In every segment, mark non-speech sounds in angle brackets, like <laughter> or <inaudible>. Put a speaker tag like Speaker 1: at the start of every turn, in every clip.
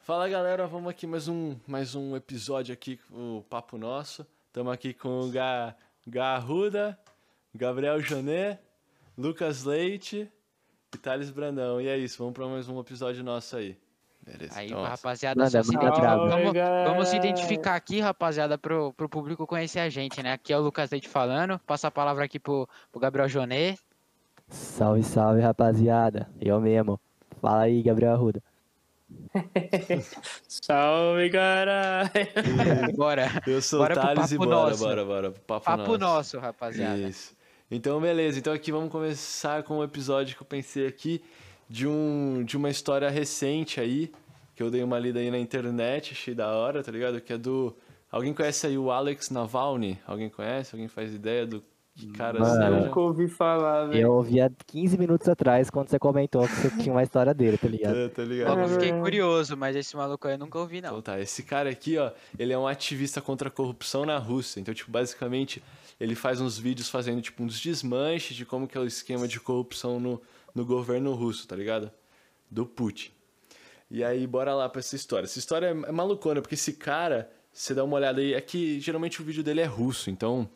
Speaker 1: Fala galera, vamos aqui mais um, mais um episódio aqui, o Papo Nosso. Estamos aqui com o Ga, Garruda, Gabriel Jonet, Lucas Leite e Thales Brandão. E é isso, vamos para mais um episódio nosso aí. Beleza,
Speaker 2: Aí,
Speaker 1: então, ó.
Speaker 2: rapaziada,
Speaker 3: Manda,
Speaker 2: só se
Speaker 3: manda
Speaker 2: identi-
Speaker 3: é brabo.
Speaker 2: vamos,
Speaker 4: Obrigado.
Speaker 2: vamos se identificar aqui, rapaziada, pro, pro público conhecer a gente, né? Aqui é o Lucas Leite falando. Passa a palavra aqui pro, pro Gabriel Jonet.
Speaker 3: Salve, salve, rapaziada. Eu mesmo. Fala aí, Gabriel Arruda.
Speaker 4: Salve, cara!
Speaker 2: Bora.
Speaker 1: Eu sou o
Speaker 2: Bora pro
Speaker 1: Thales e
Speaker 2: papo
Speaker 1: bora,
Speaker 2: nosso.
Speaker 1: bora, bora, pro Papo,
Speaker 2: Papo
Speaker 1: nosso.
Speaker 2: nosso, rapaziada.
Speaker 1: Isso. Então, beleza. Então, aqui vamos começar com um episódio que eu pensei aqui de, um, de uma história recente aí, que eu dei uma lida aí na internet, achei da hora, tá ligado? Que é do. Alguém conhece aí o Alex Navalny? Alguém conhece? Alguém faz ideia do que cara
Speaker 3: Mano.
Speaker 1: seja?
Speaker 4: Nunca ouvi falar, velho.
Speaker 3: Eu ouvi há 15 minutos atrás quando você comentou que você tinha uma história dele, tá ligado?
Speaker 1: Tá, tá ligado?
Speaker 2: Logo eu fiquei
Speaker 4: É.
Speaker 2: curioso, mas esse maluco aí eu nunca ouvi, não.
Speaker 1: Então tá, esse cara aqui, ó, ele é um ativista contra a corrupção na Rússia. Então, tipo, basicamente, ele faz uns vídeos fazendo, tipo, uns desmanches de como que é o esquema de corrupção no, no governo russo, tá ligado? Do Putin. E aí, bora lá pra essa história. Essa história é é malucona, porque esse cara, você dá uma olhada aí, é que geralmente o vídeo dele é russo, então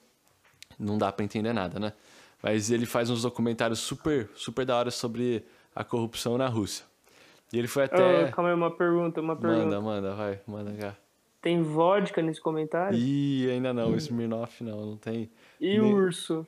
Speaker 1: não dá pra entender nada, né? Mas ele faz uns documentários super, super da hora sobre a corrupção na Rússia. E ele foi até.
Speaker 4: Ô, calma aí, uma pergunta, uma pergunta.
Speaker 1: Manda, manda, vai, manda cá.
Speaker 4: Tem vodka nesse comentário?
Speaker 1: Ih, ainda não, o Smirnoff não, não tem.
Speaker 4: E
Speaker 1: nem-
Speaker 4: urso?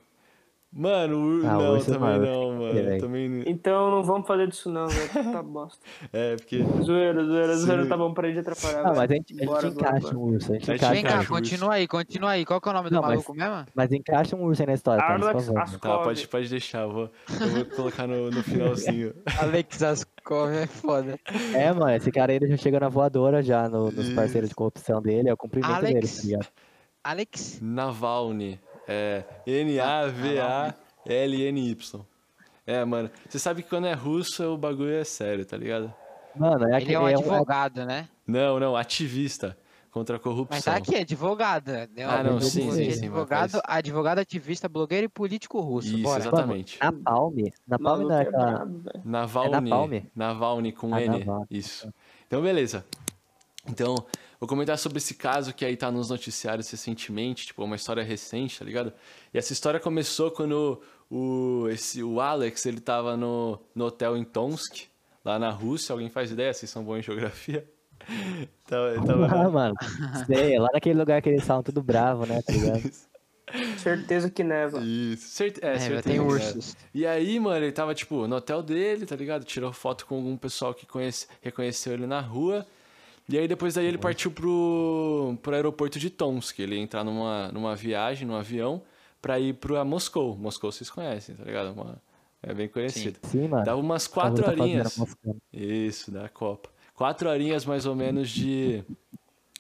Speaker 1: Mano, o...
Speaker 3: Ah, o
Speaker 1: não,
Speaker 3: urso
Speaker 1: também
Speaker 3: não,
Speaker 1: não, mano.
Speaker 3: velho.
Speaker 1: Também...
Speaker 4: Então não vamos fazer disso não, velho. Tá bosta.
Speaker 1: É, porque.
Speaker 4: Zoeira, zoeira,
Speaker 1: Sim.
Speaker 4: zoeira. Tá bom, parei de atrapalhar.
Speaker 3: Ah,
Speaker 4: velho.
Speaker 3: mas a gente, a gente
Speaker 4: Bora, bora,
Speaker 3: encaixa
Speaker 4: bora.
Speaker 3: um urso, a gente
Speaker 1: A gente
Speaker 3: encaixa.
Speaker 2: Vem cá,
Speaker 1: Justo.
Speaker 2: continua aí, continua aí. Qual que é o nome do
Speaker 3: Não, mas-
Speaker 2: maluco mesmo?
Speaker 3: Mas encaixa um urso aí na história, tá? Por
Speaker 4: Alex
Speaker 3: favor.
Speaker 4: As-
Speaker 1: Tá,
Speaker 4: Come.
Speaker 1: pode, pode deixar, eu vou, eu vou colocar no, no finalzinho.
Speaker 2: Alex Ascov é foda.
Speaker 3: É, mano, esse cara aí já chega na voadora já no- nos parceiros de corrupção dele, é o cumprimento
Speaker 2: Alex.
Speaker 3: dele, tá ligado?
Speaker 2: Alex?
Speaker 1: Navalny. É. N-A-V-A-L-N-Y. É, mano. Você sabe que quando é russo, o bagulho é sério, tá ligado?
Speaker 3: Mano, é
Speaker 2: Ele
Speaker 3: aquele.
Speaker 2: é um
Speaker 3: é
Speaker 2: advogado, né?
Speaker 1: Não, não, ativista contra a corrupção.
Speaker 2: Mas tá aqui, advogado. né?
Speaker 1: Ah, não,
Speaker 3: sim,
Speaker 2: Advogado,
Speaker 3: sim, sim,
Speaker 1: mas
Speaker 2: Advogado,
Speaker 1: faz-
Speaker 2: advogado, ativista, blogueiro e político russo.
Speaker 1: Isso,
Speaker 2: Bora.
Speaker 1: exatamente.
Speaker 3: Na Palme? Na Palme
Speaker 4: Maluco
Speaker 3: não é
Speaker 4: é
Speaker 3: aquela.
Speaker 4: brabo, velho.
Speaker 1: Navalny.
Speaker 3: Napalm?
Speaker 1: Navalny com
Speaker 3: Ah,
Speaker 1: N.
Speaker 3: Navalny.
Speaker 1: Isso. Então, beleza. Então, vou comentar sobre esse caso que aí tá nos noticiários recentemente, tipo, é uma história recente, tá ligado? E essa história começou quando o, esse, o Alex, ele tava no, no hotel em Tomsk, lá na Rússia. Alguém faz ideia? Vocês são bons em geografia? <laughs> Tava, ele tava
Speaker 3: <laughs> Ah,
Speaker 1: lá.
Speaker 3: mano, sei, lá naquele lugar que eles falam tudo bravo, né, tá ligado?
Speaker 4: Certeza que neva.
Speaker 1: Isso. Certe... É,
Speaker 2: É,
Speaker 1: certeza.
Speaker 2: tem
Speaker 1: né?
Speaker 2: ursos.
Speaker 1: E aí, mano, ele tava, tipo, no hotel dele, tá ligado? Tirou foto com algum pessoal que conhece, reconheceu ele na rua. E aí, depois daí, ele partiu pro, pro aeroporto de Tomsk. Ele ia entrar numa, numa viagem, num avião, pra ir pra Moscou. Moscou vocês conhecem, tá ligado? Uma- é bem conhecido.
Speaker 3: Sim, mano.
Speaker 1: Dava umas
Speaker 3: Arruda
Speaker 1: quatro
Speaker 3: tá fazendo
Speaker 1: horinhas.
Speaker 3: a mosca.
Speaker 1: Isso, da Copa. Quatro horinhas mais ou menos de,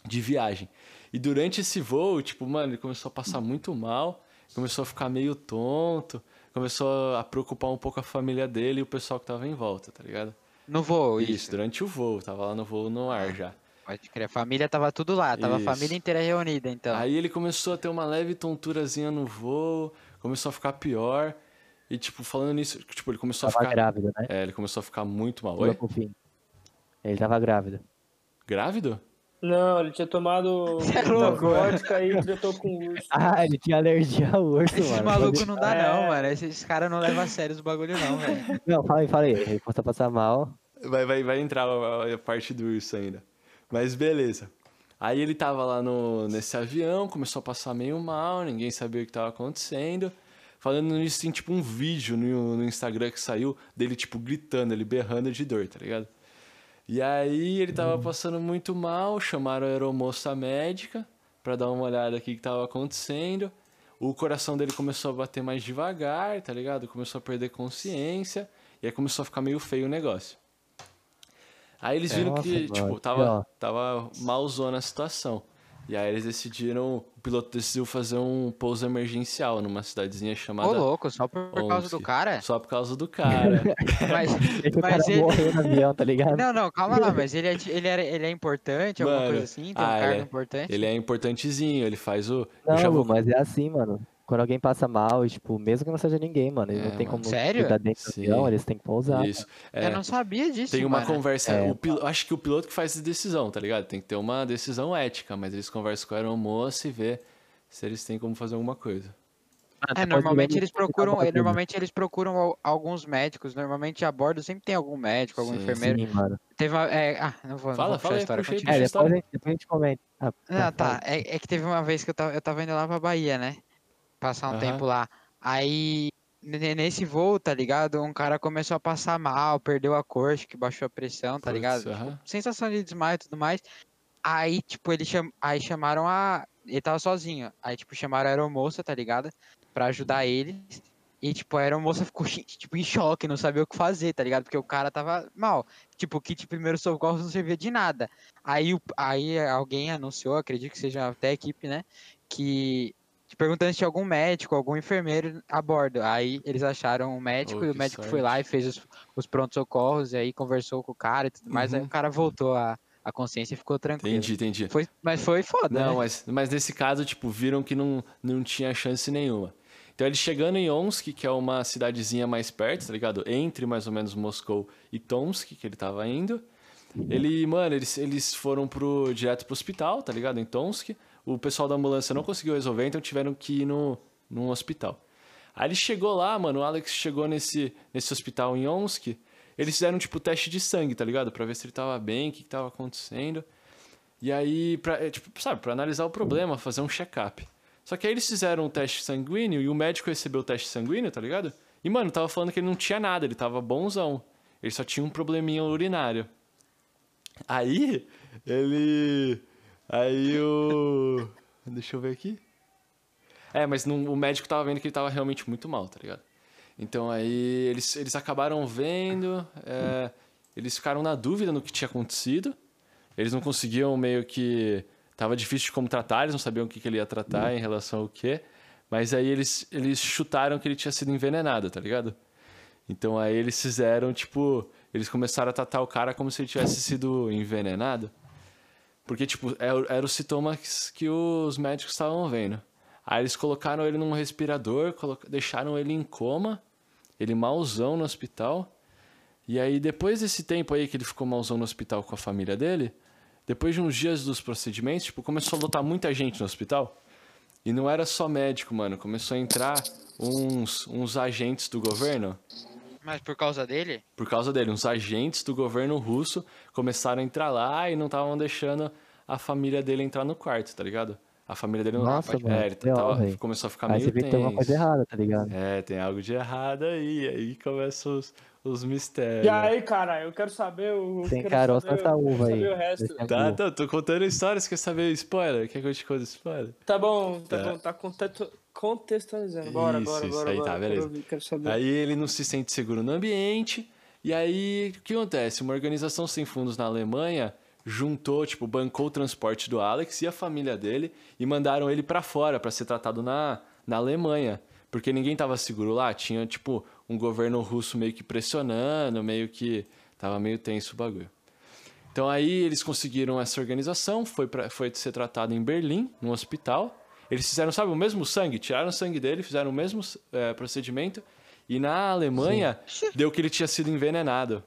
Speaker 1: de viagem. E durante esse voo, tipo, mano, ele começou a passar muito mal, começou a ficar meio tonto, começou a preocupar um pouco a família dele e o pessoal que tava em volta, tá ligado?
Speaker 2: No voo, isso.
Speaker 1: Isso, durante o voo, tava lá no voo no ar já.
Speaker 2: Pode crer. A família tava tudo lá. Tava
Speaker 1: Isso.
Speaker 2: a família inteira reunida, então.
Speaker 1: Aí ele começou a ter uma leve tonturazinha no voo, começou a ficar pior. E, tipo, falando nisso, tipo, ele começou a
Speaker 3: Tava
Speaker 1: ficar.
Speaker 3: grávida, né?
Speaker 1: É, ele começou a ficar muito mal.
Speaker 3: Pula
Speaker 1: Oi?
Speaker 3: pro fim. Ele tava grávido.
Speaker 1: Grávido?
Speaker 4: Não, ele tinha tomado
Speaker 2: Você é louco, velho.
Speaker 4: vodka e tratou com urso.
Speaker 3: <laughs> Ah, ele tinha alergia ao urso,
Speaker 2: Esses
Speaker 3: mano.
Speaker 2: malucos não dá, não,
Speaker 4: É.
Speaker 2: mano. Esses caras não levam a sério os bagulho, não, velho.
Speaker 3: Não, fala aí, fala aí. Ele começou a passar mal.
Speaker 1: Vai, vai, vai entrar a, a- a parte do urso ainda. Mas beleza. Aí ele tava lá no, nesse avião, começou a passar meio mal, ninguém sabia o que tava acontecendo. Falando nisso, tem tipo um vídeo no, no Instagram que saiu dele, tipo, gritando, ele berrando de dor, tá ligado? E aí ele tava passando muito mal, chamaram a aeromoça médica pra dar uma olhada aqui que tava acontecendo. O coração dele começou a bater mais devagar, tá ligado? Começou a perder consciência. E aí começou a ficar meio feio o negócio. Aí eles viram
Speaker 3: Nossa,
Speaker 1: que,
Speaker 3: mano,
Speaker 1: tipo,
Speaker 3: que
Speaker 1: tava,
Speaker 3: ó.
Speaker 1: tava malzona a situação. E aí eles decidiram, o piloto decidiu fazer um pouso emergencial numa cidadezinha
Speaker 2: Ô,
Speaker 1: chamada
Speaker 2: louco, só por, por causa do
Speaker 1: Omsk. <laughs>
Speaker 2: cara?
Speaker 1: Só por causa do cara.
Speaker 2: <laughs> Mas,
Speaker 3: É que o
Speaker 2: mas
Speaker 3: cara
Speaker 2: ele.
Speaker 1: <laughs>
Speaker 3: morreu no avião, tá ligado?
Speaker 2: Não, não, calma lá, mas ele é, ti- ele era- ele é importante, alguma
Speaker 1: Mano,
Speaker 2: coisa assim? Tem um
Speaker 1: ah,
Speaker 2: cargo
Speaker 1: ele é-
Speaker 2: importante?
Speaker 1: Ele é importantezinho, ele faz o.
Speaker 3: Não,
Speaker 1: eu já vou,
Speaker 3: Lu, mas é assim, mano. quando alguém passa mal, e, tipo, mesmo que não seja ninguém, mano, eles
Speaker 1: É,
Speaker 3: não tem
Speaker 1: mano.
Speaker 3: como
Speaker 2: Sério?
Speaker 3: cuidar dentro do
Speaker 1: Sim.
Speaker 3: avião, eles têm que pousar.
Speaker 1: Isso.
Speaker 2: Eu
Speaker 1: É,
Speaker 2: não sabia disso.
Speaker 1: tem uma
Speaker 2: mano.
Speaker 1: conversa.
Speaker 3: É.
Speaker 1: o pil- acho que o piloto que faz essa decisão, tá ligado? Tem que ter uma decisão ética, mas eles conversam com a aeromoça e vê se eles têm como fazer alguma coisa.
Speaker 2: É, normalmente eles procuram, é, normalmente eles procuram al- alguns médicos, normalmente a bordo sempre tem algum médico, algum
Speaker 1: Sim,
Speaker 2: enfermeiro.
Speaker 3: Sim, mano.
Speaker 2: Teve uma, é, ah, não vou,
Speaker 1: Fala,
Speaker 2: não vou puxar
Speaker 1: fala
Speaker 2: a
Speaker 1: aí,
Speaker 2: história,
Speaker 1: puxa aí,
Speaker 2: continua.
Speaker 3: É,
Speaker 1: Deixa eu
Speaker 3: depois, a gente- depois a gente comenta. Ah,
Speaker 2: Não,
Speaker 3: fala.
Speaker 2: tá. É, é que teve uma vez que eu tava, eu tava indo lá pra Bahia, né? Passar um
Speaker 1: Aham.
Speaker 2: tempo lá. Aí, ne- nesse voo, tá ligado? Um cara começou a passar mal, perdeu a cor, acho que baixou a pressão, tá
Speaker 1: Putz,
Speaker 2: ligado?
Speaker 1: aham.
Speaker 2: Sensação de desmaio e tudo mais. Aí, tipo, ele cham... aí chamaram a. Ele tava sozinho. Aí, tipo, chamaram a aeromoça, tá ligado? Pra ajudar eles. E, tipo, a aeromoça ficou, <laughs> chi- tipo, em choque, não sabia o que fazer, tá ligado? Porque o cara tava mal. Tipo, o kit primeiro socorro não servia de nada. Aí, o- aí alguém anunciou, acredito que seja até a equipe, né? Que. te Perguntando se tinha algum médico, algum enfermeiro a bordo. Aí eles acharam um médico
Speaker 1: Oh,
Speaker 2: e o
Speaker 1: que
Speaker 2: médico foi lá e fez os, os prontos-socorros, e aí conversou com o cara e tudo mais. Aí
Speaker 1: Uhum.
Speaker 2: o cara voltou a, a consciência e ficou tranquilo.
Speaker 1: Entendi, entendi.
Speaker 2: Foi, mas foi foda.
Speaker 1: Não,
Speaker 2: né?
Speaker 1: mas, mas nesse caso, tipo, viram que não, não tinha chance nenhuma. Então eles chegando em Omsk, que é uma cidadezinha mais perto, tá ligado? Entre mais ou menos Moscou e Tomsk, que ele tava indo. Ele, mano, eles, eles foram pro, direto pro hospital, tá ligado? Em Tomsk. O pessoal da ambulância não conseguiu resolver, então tiveram que ir no, num hospital. Aí ele chegou lá, mano, o Alex chegou nesse, nesse hospital em Omsk. Eles fizeram, tipo, teste de sangue, tá ligado? Pra ver se ele tava bem, o que, que tava acontecendo. E aí, pra, é, tipo, sabe, pra analisar o problema, fazer um check-up. Só que aí eles fizeram um teste sanguíneo e o médico recebeu o teste sanguíneo, tá ligado? E, mano, tava falando que ele não tinha nada, ele tava bonzão. Ele só tinha um probleminha urinário. Aí, ele. Aí o. Deixa eu ver aqui. É, mas não- o médico tava vendo que ele tava realmente muito mal, tá ligado? Então aí eles, eles acabaram vendo, é, eles ficaram na dúvida no que tinha acontecido. Eles não conseguiam meio que. Tava difícil de como tratar, eles não sabiam o que, que ele ia tratar em relação ao quê. Mas aí eles, eles chutaram que ele tinha sido envenenado, tá ligado? Então aí eles fizeram, tipo, eles começaram a tratar o cara como se ele tivesse sido envenenado. Porque, tipo, era, era os sintomas que os médicos estavam vendo. Aí eles colocaram ele num respirador, colo- deixaram ele em coma, ele malzão no hospital. E aí, depois desse tempo aí que ele ficou malzão no hospital com a família dele, depois de uns dias dos procedimentos, tipo, começou a lotar muita gente no hospital. E não era só médico, mano. Começou a entrar uns, uns agentes do governo.
Speaker 2: Mas por causa dele?
Speaker 1: Por causa dele, uns agentes do governo russo começaram a entrar lá e não estavam deixando a família dele entrar no quarto, tá ligado? A família dele não
Speaker 3: Nossa,
Speaker 1: é,
Speaker 3: mano,
Speaker 1: ele
Speaker 3: que da
Speaker 1: tava-
Speaker 3: hora, velho.
Speaker 1: começou a ficar
Speaker 3: Aí
Speaker 1: meio
Speaker 3: você vê que tem
Speaker 1: tenso.
Speaker 3: uma coisa errada, tá ligado?
Speaker 1: É, tem algo de errado aí, aí começam os, os mistérios.
Speaker 4: E aí, cara, eu quero saber o.
Speaker 3: Sem
Speaker 4: quero
Speaker 3: Carol,
Speaker 4: saber-
Speaker 3: tanta uva
Speaker 4: quero
Speaker 3: aí.
Speaker 4: saber o resto.
Speaker 3: Desse
Speaker 1: Tá,
Speaker 3: angu.
Speaker 1: tá, tô contando história, você quer saber spoiler? Quer que eu te conte spoiler?
Speaker 4: Tá bom, tá
Speaker 1: Tá.
Speaker 4: bom, tá contexto- contextualizando. Bora,
Speaker 1: Isso,
Speaker 4: bora,
Speaker 1: isso
Speaker 4: bora.
Speaker 1: aí, tá,
Speaker 4: bora.
Speaker 1: beleza.
Speaker 4: Quero, ouvir, quero saber.
Speaker 1: Aí ele não se sente seguro no ambiente. E aí, o que acontece? Uma organização sem fundos na Alemanha juntou, tipo, bancou o transporte do Alex e a família dele e mandaram ele pra fora pra ser tratado na, na Alemanha. Porque ninguém tava seguro lá. Tinha, tipo, um governo russo meio que pressionando, meio que. Tava meio tenso o bagulho. Então aí eles conseguiram essa organização, foi, pra, foi ser tratado em Berlim, num hospital. Eles fizeram, sabe, o mesmo sangue, tiraram o sangue dele, fizeram o mesmo eh, procedimento. E na Alemanha, deu que ele tinha sido envenenado.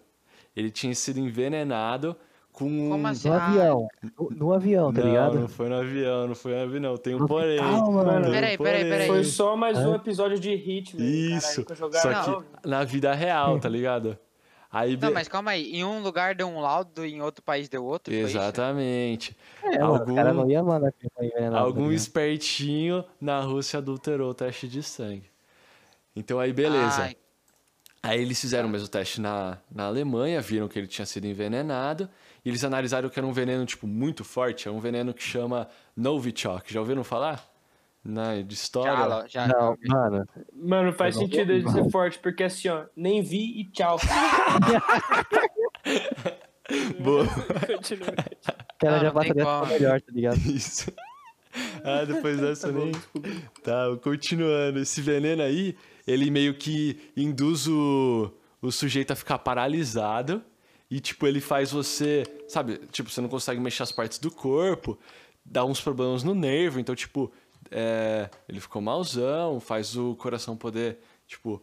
Speaker 1: Ele tinha sido envenenado com um...
Speaker 2: Como assim?
Speaker 3: No
Speaker 2: Ah,
Speaker 3: avião. No, no avião, tá
Speaker 1: não,
Speaker 3: ligado?
Speaker 1: não foi no avião, não foi no avião, não. Tem um
Speaker 3: No
Speaker 1: porém.
Speaker 3: hospital, mano.
Speaker 1: Tem um
Speaker 2: Peraí, peraí, peraí.
Speaker 1: porém.
Speaker 4: Foi só mais um episódio de hit, velho.
Speaker 1: Isso.
Speaker 4: Caralho, jogar
Speaker 1: Só
Speaker 4: não.
Speaker 1: que na vida real, tá ligado? Aí,
Speaker 2: Não,
Speaker 1: be-
Speaker 2: mas calma aí. Em um lugar deu um laudo, em outro país deu outro. foi isso?
Speaker 1: Exatamente.
Speaker 3: É, mano,
Speaker 1: algum,
Speaker 3: O cara não ia mandar aquele pra envenenar, tá
Speaker 1: algum
Speaker 3: ligado?
Speaker 1: espertinho na Rússia adulterou o teste de sangue. Então aí,
Speaker 2: Ah,
Speaker 1: beleza.
Speaker 2: Ai,
Speaker 1: Aí eles fizeram o mesmo teste na, na Alemanha, viram que ele tinha sido envenenado, e eles analisaram que era um veneno, tipo, muito forte, é um veneno que chama Novichok. Já ouviram falar? Na, de história?
Speaker 2: já, Lau, já.
Speaker 3: Não, mano.
Speaker 4: Mano, faz
Speaker 3: Eu não-
Speaker 4: sentido ele ser forte, porque assim, ó, nem vi e tchau.
Speaker 1: <laughs>
Speaker 4: <laughs>
Speaker 1: Boa.
Speaker 4: Continua.
Speaker 3: O cara
Speaker 2: Não,
Speaker 3: já
Speaker 2: não
Speaker 3: bota
Speaker 2: tem
Speaker 3: dessa
Speaker 2: como.
Speaker 3: melhor, tá ligado?
Speaker 1: Isso. Ah, depois dessa eu nem. Tá, continuando. Esse veneno aí, ele meio que induz o, o sujeito a ficar paralisado. E, tipo, ele faz você. Sabe, tipo, você não consegue mexer as partes do corpo, dá uns problemas no nervo. Então, tipo, é, ele ficou malzão, faz o coração poder, tipo,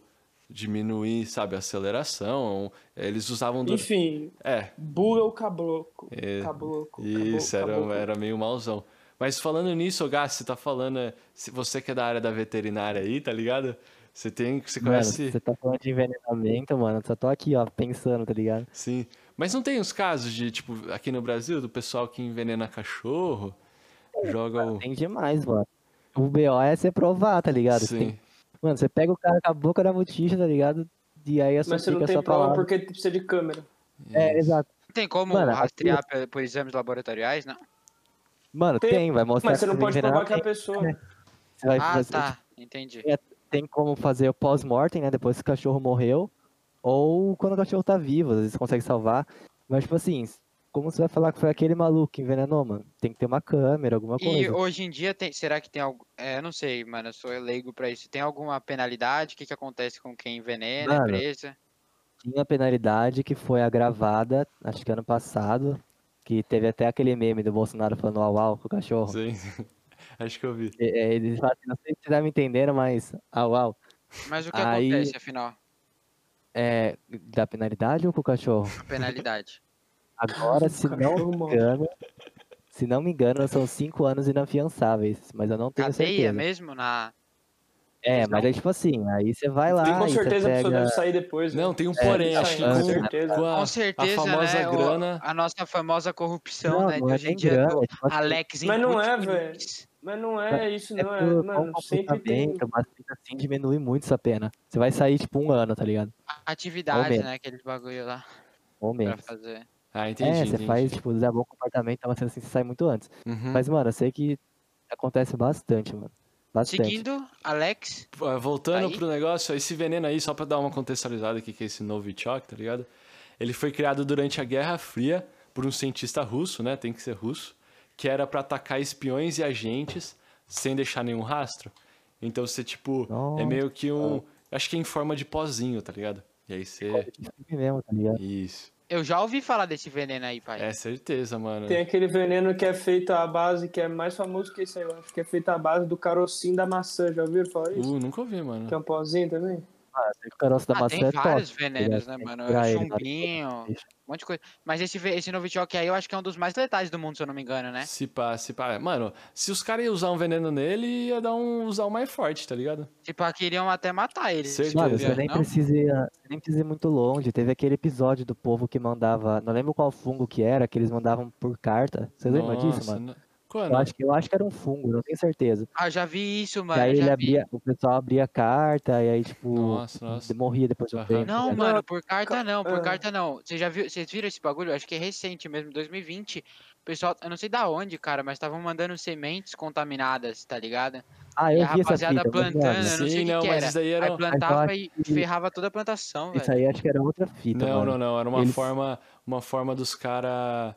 Speaker 1: diminuir, sabe, a aceleração. é, Eles usavam... do-
Speaker 4: Enfim,
Speaker 1: É,
Speaker 4: buga o cabloco.
Speaker 1: É,
Speaker 4: cabloco.
Speaker 1: Isso,
Speaker 4: cabloco, cabloco.
Speaker 1: era, era meio malzão. Mas falando nisso, ô Gás, você tá falando. é, Se você que é da área da veterinária aí, tá ligado? Você tem. Você
Speaker 3: Mano,
Speaker 1: conhece.
Speaker 3: você tá falando de envenenamento, mano. Só tô aqui, ó, pensando, tá ligado?
Speaker 1: Sim. Mas não tem uns casos de, tipo, aqui no Brasil, do pessoal que envenena cachorro, joga o.
Speaker 3: Tem demais, mano. O BO é você provar, tá ligado? Você tem-
Speaker 1: Sim.
Speaker 3: Mano, você pega o cara com a boca da boticha, tá ligado? E aí a sua
Speaker 4: Mas você não
Speaker 3: fica
Speaker 4: tem
Speaker 3: só
Speaker 4: prova
Speaker 3: palavra.
Speaker 4: porque precisa de câmera.
Speaker 3: É, exato.
Speaker 2: Não tem como
Speaker 3: Mano,
Speaker 2: rastrear pe- por exames laboratoriais, não?
Speaker 3: Mano,
Speaker 4: Tem-
Speaker 3: tem, vai mostrar
Speaker 4: Mas você
Speaker 3: que
Speaker 4: não
Speaker 3: tem
Speaker 4: pode provar que é a
Speaker 3: envenenamento,
Speaker 4: pessoa.
Speaker 3: você vai
Speaker 2: Ah,
Speaker 3: fazer-
Speaker 2: tá. Entendi.
Speaker 3: Tem como fazer o pós-mortem, né? Depois que o cachorro morreu. Ou quando o cachorro tá vivo, às vezes consegue salvar. Mas, tipo assim, como você vai falar que foi aquele maluco que envenenou, mano? Tem que ter uma câmera, alguma coisa.
Speaker 2: E hoje em dia, tem, será que tem algo. É, eu não sei, mano, eu sou leigo pra isso. Tem alguma penalidade? O que, que acontece com quem envenena, é
Speaker 3: Mano,
Speaker 2: presa?
Speaker 3: Tinha penalidade que foi agravada, acho que ano passado, que teve até aquele meme do Bolsonaro falando au au com o cachorro.
Speaker 1: <laughs> Sim. Acho que eu vi.
Speaker 3: É, é, Eles falam assim, não sei se vocês já me entenderam, mas au au.
Speaker 2: Mas o que
Speaker 3: aí-
Speaker 2: acontece, afinal?
Speaker 3: É, da penalidade ou com o cachorro?
Speaker 2: A penalidade.
Speaker 4: <laughs>
Speaker 3: Agora, se não
Speaker 4: Cachorro
Speaker 3: me
Speaker 4: morre.
Speaker 3: engano, se não me engano, são cinco anos inafiançáveis, mas eu não tenho
Speaker 2: Cadeia né?
Speaker 3: certeza.
Speaker 2: mesmo? Na...
Speaker 3: É,
Speaker 2: Prisão?
Speaker 3: mas é tipo assim, aí você vai lá
Speaker 4: E com
Speaker 3: e você
Speaker 4: certeza a pessoa
Speaker 3: pega... É,
Speaker 4: deve sair depois. né?
Speaker 1: Não, tem um porém,
Speaker 4: Isso
Speaker 1: acho que
Speaker 4: aí, com
Speaker 1: com,
Speaker 4: certeza.
Speaker 1: com Ah, a,
Speaker 2: Com
Speaker 1: a
Speaker 2: certeza,
Speaker 1: famosa
Speaker 2: né? o-
Speaker 1: grana.
Speaker 2: a nossa famosa corrupção, né?
Speaker 3: não
Speaker 2: de
Speaker 3: é
Speaker 2: hoje em
Speaker 3: nem
Speaker 2: dia
Speaker 3: grana,
Speaker 2: do
Speaker 3: é tipo assim,
Speaker 2: Alex
Speaker 4: Mas não é,
Speaker 2: Antunes.
Speaker 4: Mas não é isso,
Speaker 3: é
Speaker 4: não. É,
Speaker 3: por bom
Speaker 4: mano,
Speaker 1: um
Speaker 4: sempre tem.
Speaker 3: comportamento, mas ainda assim diminui muito essa pena. Você vai sair tipo um ano, tá ligado? Ao
Speaker 2: Atividade,
Speaker 3: menos.
Speaker 2: né? Aqueles bagulho lá
Speaker 3: Ou
Speaker 2: pra
Speaker 3: menos.
Speaker 2: fazer.
Speaker 1: Ah, entendi.
Speaker 3: É, você
Speaker 1: entendi.
Speaker 3: faz, tipo, usar bom comportamento, mas assim, você sai muito antes.
Speaker 1: Uhum.
Speaker 3: Mas, mano, eu sei que acontece bastante, mano. Bastante.
Speaker 2: Seguindo, Alex.
Speaker 1: Ah, Voltando
Speaker 2: Aí?
Speaker 1: pro negócio, esse veneno aí, só pra dar uma contextualizada aqui, que é esse Novichok, tá ligado? Ele foi criado durante a Guerra Fria por um cientista russo, né? Tem que ser russo, que era pra atacar espiões e agentes sem deixar nenhum rastro. Então você, tipo, é
Speaker 3: Nossa.
Speaker 1: meio que um. Acho que é em forma de pozinho, tá ligado? E aí você.
Speaker 3: Sempre mesmo, tá ligado?
Speaker 1: Isso.
Speaker 2: Eu já ouvi falar desse veneno aí, pai.
Speaker 1: É certeza, mano.
Speaker 4: Tem aquele veneno que é feito à base, que é mais famoso que esse aí, eu acho, que é feito à base do carocinho da maçã. Já ouviram falar isso?
Speaker 1: Uh, nunca ouvi, mano.
Speaker 2: Então,
Speaker 4: Que é um pozinho também?
Speaker 3: Ah, sei que o caroço da
Speaker 2: Ah,
Speaker 3: maçã
Speaker 2: tem
Speaker 3: é top.
Speaker 2: vários venenos, né,
Speaker 3: Tem que
Speaker 2: mano?
Speaker 3: curar ele, tá? nada
Speaker 2: Chumbinho, um
Speaker 3: deixa.
Speaker 2: monte de coisa. Mas esse, ve- esse Novichok aí eu acho que é um dos mais letais do mundo, se eu não me engano, né?
Speaker 1: Se pá, se pá. Mano, se os caras iam usar um veneno nele, ia dar um usar o mais forte, tá ligado?
Speaker 2: Tipo, ah, queriam até matar ele. se
Speaker 1: Certeza.
Speaker 3: Mano,
Speaker 1: Viado,
Speaker 3: você
Speaker 2: bobear,
Speaker 3: nem
Speaker 2: não?
Speaker 3: precisa, ir- você nem precisa ir muito longe. Teve aquele episódio do povo que mandava. Não lembro qual fungo que era, que eles mandavam por carta. Você lembra disso,
Speaker 1: Nossa,
Speaker 3: mano?
Speaker 1: né? Quando?
Speaker 3: Eu acho, que, eu acho que era um fungo, não tenho certeza.
Speaker 2: Ah, já vi isso,
Speaker 3: e
Speaker 2: mano.
Speaker 3: aí
Speaker 2: já
Speaker 3: ele
Speaker 2: vi.
Speaker 3: abria, o pessoal abria a carta, e aí, tipo,
Speaker 1: Nossa, nossa.
Speaker 3: morria depois de um
Speaker 1: Aham.
Speaker 3: tempo.
Speaker 2: Não,
Speaker 3: né?
Speaker 2: mano, por carta não, por
Speaker 4: ah.
Speaker 2: carta não. Vocês já viu, vocês viram esse bagulho? Acho que é recente mesmo, 2020. O pessoal, eu não sei da onde, cara, mas estavam mandando sementes contaminadas, tá ligado?
Speaker 3: Ah,
Speaker 2: E
Speaker 3: eu
Speaker 2: a
Speaker 3: vi essa
Speaker 2: rapaziada
Speaker 3: fita, mas,
Speaker 2: plantando, né,
Speaker 3: mano,
Speaker 2: eu não sei
Speaker 1: Sim,
Speaker 2: o que
Speaker 1: não,
Speaker 2: que
Speaker 1: mas
Speaker 2: era.
Speaker 1: isso daí era- um-
Speaker 2: Aí
Speaker 1: Mas
Speaker 2: plantava
Speaker 3: eu
Speaker 2: e
Speaker 3: que-
Speaker 2: ferrava toda a plantação,
Speaker 3: Isso
Speaker 2: velho.
Speaker 3: aí acho que era outra fita,
Speaker 1: Não,
Speaker 3: mano.
Speaker 1: não, não. Era uma
Speaker 3: Eles-
Speaker 1: forma, uma forma dos caras.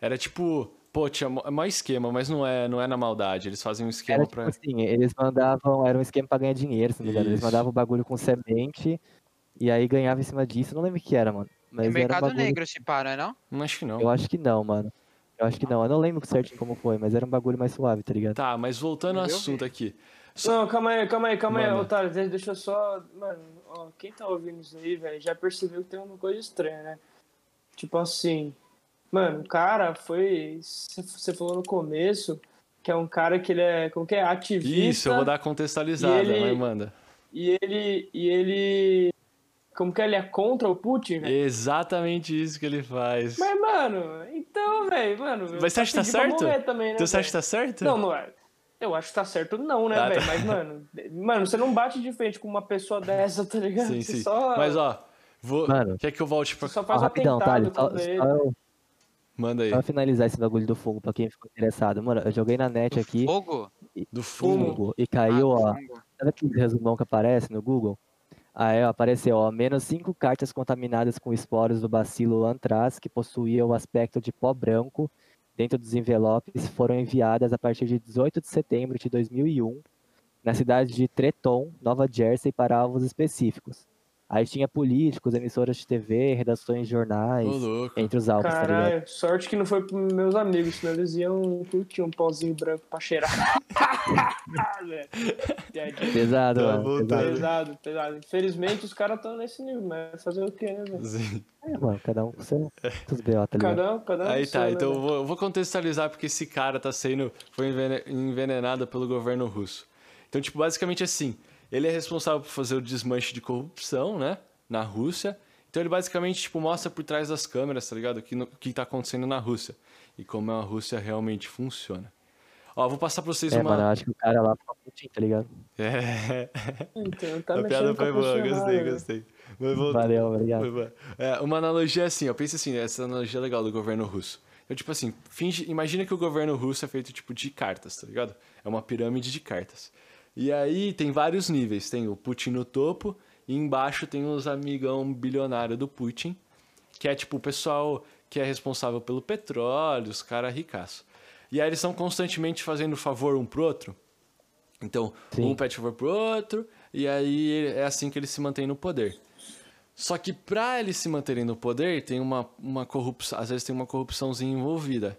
Speaker 1: era tipo, pô, tinha mó- mó esquema, mas não é, não é na maldade. Eles fazem um esquema
Speaker 3: Era tipo
Speaker 1: pra.
Speaker 3: assim, eles mandavam, era um esquema pra ganhar dinheiro, se não me engano. Eles
Speaker 1: Isso.
Speaker 3: mandavam o bagulho com semente e aí ganhava em cima disso. Não lembro o que era, mano. Mas
Speaker 2: E
Speaker 3: era um
Speaker 2: mercado
Speaker 3: bagulho.
Speaker 2: negro se para, não?
Speaker 1: Não acho que não.
Speaker 3: Eu acho que não, mano. Eu acho que não. Eu não lembro certinho como foi, mas era um bagulho mais suave, tá ligado?
Speaker 1: Tá, mas voltando ao
Speaker 2: Entendeu?
Speaker 1: assunto aqui.
Speaker 4: Não, calma aí, calma aí, calma aí,
Speaker 1: Mano.
Speaker 4: otário. de- Deixa eu só. Mano, ó, quem tá ouvindo isso aí, velho, já percebeu que tem uma coisa estranha, né? Tipo assim. Mano, o cara foi. Você falou no começo que é um cara que ele é. Como que é? Ativista.
Speaker 1: Isso, eu vou dar contextualizada,
Speaker 4: E ele-
Speaker 1: mas manda.
Speaker 4: E ele. E ele. Como que é? Ele é contra o Putin, velho?
Speaker 1: Exatamente isso que ele faz.
Speaker 4: Mas, mano, então, velho, mano. eu
Speaker 1: Mas você acha que tá
Speaker 4: pedi pra
Speaker 1: certo?
Speaker 4: morrer Também, né,
Speaker 1: Então você acha que
Speaker 4: velho?
Speaker 1: tá certo?
Speaker 4: Não, não é. Eu acho que tá certo, não, né,
Speaker 1: Ah, tá.
Speaker 4: velho? Mas, mano, mano, você não bate de frente com uma pessoa dessa, tá ligado?
Speaker 1: Sim,
Speaker 4: Você
Speaker 1: sim.
Speaker 4: Só,
Speaker 1: Mas ó, vou...
Speaker 3: Mano.
Speaker 1: quer que eu volte pra.
Speaker 4: você só
Speaker 3: Ó,
Speaker 4: faz um
Speaker 3: rapidão, tá?
Speaker 4: atentado
Speaker 3: Só,
Speaker 4: contra
Speaker 3: só
Speaker 4: ele.
Speaker 3: eu-
Speaker 1: Manda aí.
Speaker 3: só eu finalizar esse bagulho do fungo pra quem ficou interessado. Mano, eu joguei na net aqui
Speaker 2: Fogo?
Speaker 1: Do fumo.
Speaker 4: fumo.
Speaker 3: fungo e
Speaker 2: Ah,
Speaker 3: caiu, ó.
Speaker 2: fungo.
Speaker 3: Sabe aquele resumão que aparece no Google? Aí ó, apareceu, ó, menos cinco cartas contaminadas com esporos do bacilo antraz, que possuía o aspecto de pó branco dentro dos envelopes, foram enviadas a partir de 18 de setembro um de 2001 na cidade de Treton, Nova Jersey, para alvos específicos. Aí tinha políticos, emissoras de TV, redações de jornais,
Speaker 1: Ô, louco.
Speaker 3: entre os alvos, tá ligado?
Speaker 4: Caralho, sorte que não foi pros meus amigos, senão eles iam curtir um pauzinho branco pra cheirar. <laughs> Ah, velho. Piadinha.
Speaker 3: Pesado,
Speaker 1: Tá
Speaker 3: mano.
Speaker 1: voltado.
Speaker 3: Pesado,
Speaker 4: Pesado, pesado. Infelizmente os caras estão nesse nível, mas fazer o quê, né, velho?
Speaker 1: Sim.
Speaker 3: É, mano. Cada um com seu,
Speaker 1: É.
Speaker 3: seus BO, tá ligado?
Speaker 4: Cada um, cada um.
Speaker 1: Aí
Speaker 4: no seu,
Speaker 1: tá,
Speaker 4: né,
Speaker 1: então eu
Speaker 4: velho?
Speaker 1: vou, eu vou contextualizar porque esse cara tá sendo. Foi envene- envenenado pelo governo russo. Então, tipo, basicamente assim, ele é responsável por fazer o desmanche de corrupção, né? Na Rússia. Então ele basicamente, tipo, mostra por trás das câmeras, tá ligado? O que, no- o que tá acontecendo na Rússia. E como a Rússia realmente funciona. Ó, vou passar pra vocês
Speaker 3: É,
Speaker 1: uma.
Speaker 3: mano, eu acho que o cara lá ficou putinho, tá ligado?
Speaker 1: É. <laughs>
Speaker 4: Então, tá
Speaker 1: a
Speaker 4: mexendo
Speaker 1: piada
Speaker 4: com né,
Speaker 1: foi boa,
Speaker 4: funcionário,
Speaker 1: gostei,
Speaker 4: velho.
Speaker 1: gostei. Mas vou-
Speaker 3: Valeu, obrigado.
Speaker 1: Foi boa. É, uma analogia assim, ó. Pensa assim, essa analogia é legal do governo russo. Então, tipo assim, finge- imagina que o governo russo é feito tipo de cartas, tá ligado? É uma pirâmide de cartas. E aí tem vários níveis. Tem o Putin no topo e embaixo tem os amigão bilionário do Putin, que é tipo o pessoal que é responsável pelo petróleo, os caras ricaços. E aí eles estão constantemente fazendo favor um pro outro. Então,
Speaker 3: Sim.
Speaker 1: um pede favor pro outro, e aí é assim que eles se mantêm no poder. Só que pra eles se manterem no poder, tem uma, uma corrupção, às vezes tem uma corrupçãozinha envolvida.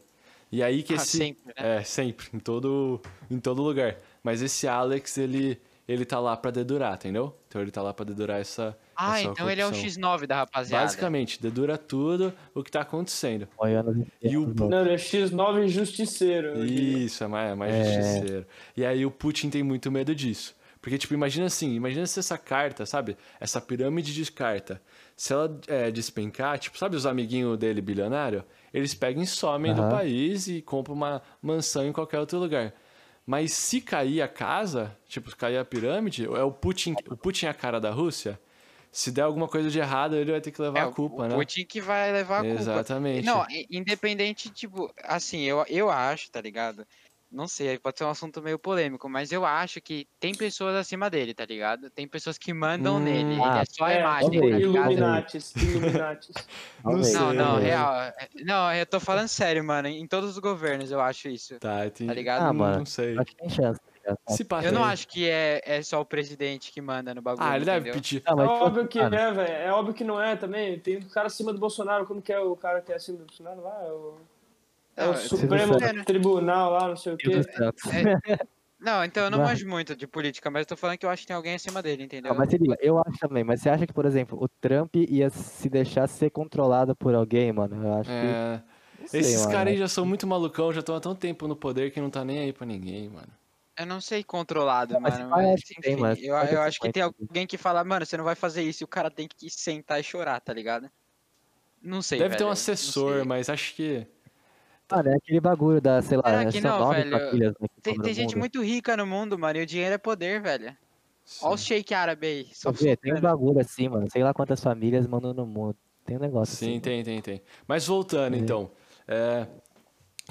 Speaker 1: E aí que
Speaker 2: Ah,
Speaker 1: esse
Speaker 2: sempre, né?
Speaker 1: é, sempre, em todo, em todo lugar. Mas esse Alex, ele, ele tá lá pra dedurar, entendeu? Então ele tá lá pra dedurar essa.
Speaker 2: Ah,
Speaker 1: essa
Speaker 2: então ele é o
Speaker 1: corrupção.
Speaker 2: X9 da rapaziada.
Speaker 1: Basicamente, dedura tudo o que tá acontecendo.
Speaker 3: Moiando
Speaker 1: E o-
Speaker 4: Não, ele é X9 Justiceiro. eu diria.
Speaker 1: Isso, é mais, é mais justiceiro. E aí o Putin tem muito medo disso. Porque, tipo, imagina assim, imagina se essa carta, sabe? Essa pirâmide de carta, se ela é, despencar, tipo, sabe os amiguinhos dele, bilionário? Eles pegam e somem do
Speaker 3: Aham.
Speaker 1: país e compram uma mansão em qualquer outro lugar. Mas se cair a casa, tipo, se cair a pirâmide, é o Putin, o Putin é a cara da Rússia. Se der alguma coisa de errado, ele vai ter que levar
Speaker 2: É,
Speaker 1: a culpa,
Speaker 2: o
Speaker 1: né?
Speaker 2: Putin que vai levar a culpa.
Speaker 1: Exatamente.
Speaker 2: Não, i- independente, tipo, assim, eu, eu acho, tá ligado? Não sei, aí pode ser um assunto meio polêmico, mas eu acho que tem pessoas acima dele, tá ligado? Tem pessoas que mandam
Speaker 1: Hum,
Speaker 2: nele, ele
Speaker 3: ah,
Speaker 2: é só a
Speaker 4: é,
Speaker 2: imagem,
Speaker 3: talvez,
Speaker 2: tá ligado?
Speaker 4: Illuminatis, Illuminatis. É
Speaker 1: não
Speaker 3: talvez.
Speaker 2: Não,
Speaker 1: sei,
Speaker 2: não,
Speaker 1: mano.
Speaker 2: real. é- Não, eu tô falando sério, mano. Em todos os governos eu acho isso,
Speaker 1: Tá, entendi.
Speaker 2: tá ligado?
Speaker 3: Ah,
Speaker 1: Hum,
Speaker 3: mano.
Speaker 1: Não sei.
Speaker 3: Acho que tem chance, tá ligado?
Speaker 1: Se pá,
Speaker 2: eu não
Speaker 1: tem.
Speaker 2: acho que é, é só o presidente que manda no bagulho.
Speaker 1: Ah, ele deve
Speaker 2: entendeu?
Speaker 1: pedir.
Speaker 3: Ah,
Speaker 4: É
Speaker 3: mas, tipo,
Speaker 4: óbvio que
Speaker 3: mano,
Speaker 4: é, velho. É óbvio que não é também. Tem o cara acima do Bolsonaro. Como que é o cara que é acima do Bolsonaro lá? É o, é
Speaker 2: Não,
Speaker 4: o
Speaker 1: Ah,
Speaker 2: eu-
Speaker 4: Supremo
Speaker 2: Santos.
Speaker 4: Tribunal lá, não sei o quê.
Speaker 3: Deus do céu.
Speaker 2: Não, então eu não
Speaker 3: Vai.
Speaker 2: manjo muito de política, mas eu tô falando que eu acho que tem alguém acima dele, entendeu?
Speaker 3: Não, mas se liga, eu acho também, mas você acha que, por exemplo, o Trump ia se deixar ser controlado por alguém, mano? Eu acho que.
Speaker 1: É,
Speaker 3: não sei,
Speaker 1: esses
Speaker 3: mano.
Speaker 1: caras aí já são muito malucão, já estão há tanto tempo no poder que não tá nem aí pra ninguém, mano.
Speaker 2: Eu não sei controlado,
Speaker 3: Não, mas
Speaker 2: mano.
Speaker 3: vai,
Speaker 2: mas,
Speaker 3: acho que tem,
Speaker 2: enfim,
Speaker 3: mas
Speaker 2: eu,
Speaker 3: vai ter
Speaker 2: eu acho que tem
Speaker 3: consequência.
Speaker 2: alguém que fala, mano, você não vai fazer isso e o cara tem que sentar e chorar, tá ligado? Não sei.
Speaker 1: Deve ter
Speaker 2: velho,
Speaker 1: um
Speaker 2: não sei.
Speaker 1: assessor, mas acho que.
Speaker 3: Mano, é aquele bagulho da, sei lá,
Speaker 2: Será
Speaker 3: acho
Speaker 2: que
Speaker 3: que são
Speaker 2: não,
Speaker 3: nove
Speaker 2: velho?
Speaker 3: famílias, né, que
Speaker 2: Tem,
Speaker 3: sobram
Speaker 2: tem
Speaker 3: no
Speaker 2: gente
Speaker 3: mundo.
Speaker 2: muito rica no mundo, mano, e o dinheiro é poder, velho.
Speaker 1: Sim.
Speaker 2: Olha o shake árabe aí. Só
Speaker 3: Só vê, tem um
Speaker 2: focando.
Speaker 3: bagulho assim, mano. Sei lá quantas famílias mandam no mundo. Tem um negócio
Speaker 1: Sim,
Speaker 3: assim.
Speaker 1: tem, tem, tem. Mas voltando, então. É,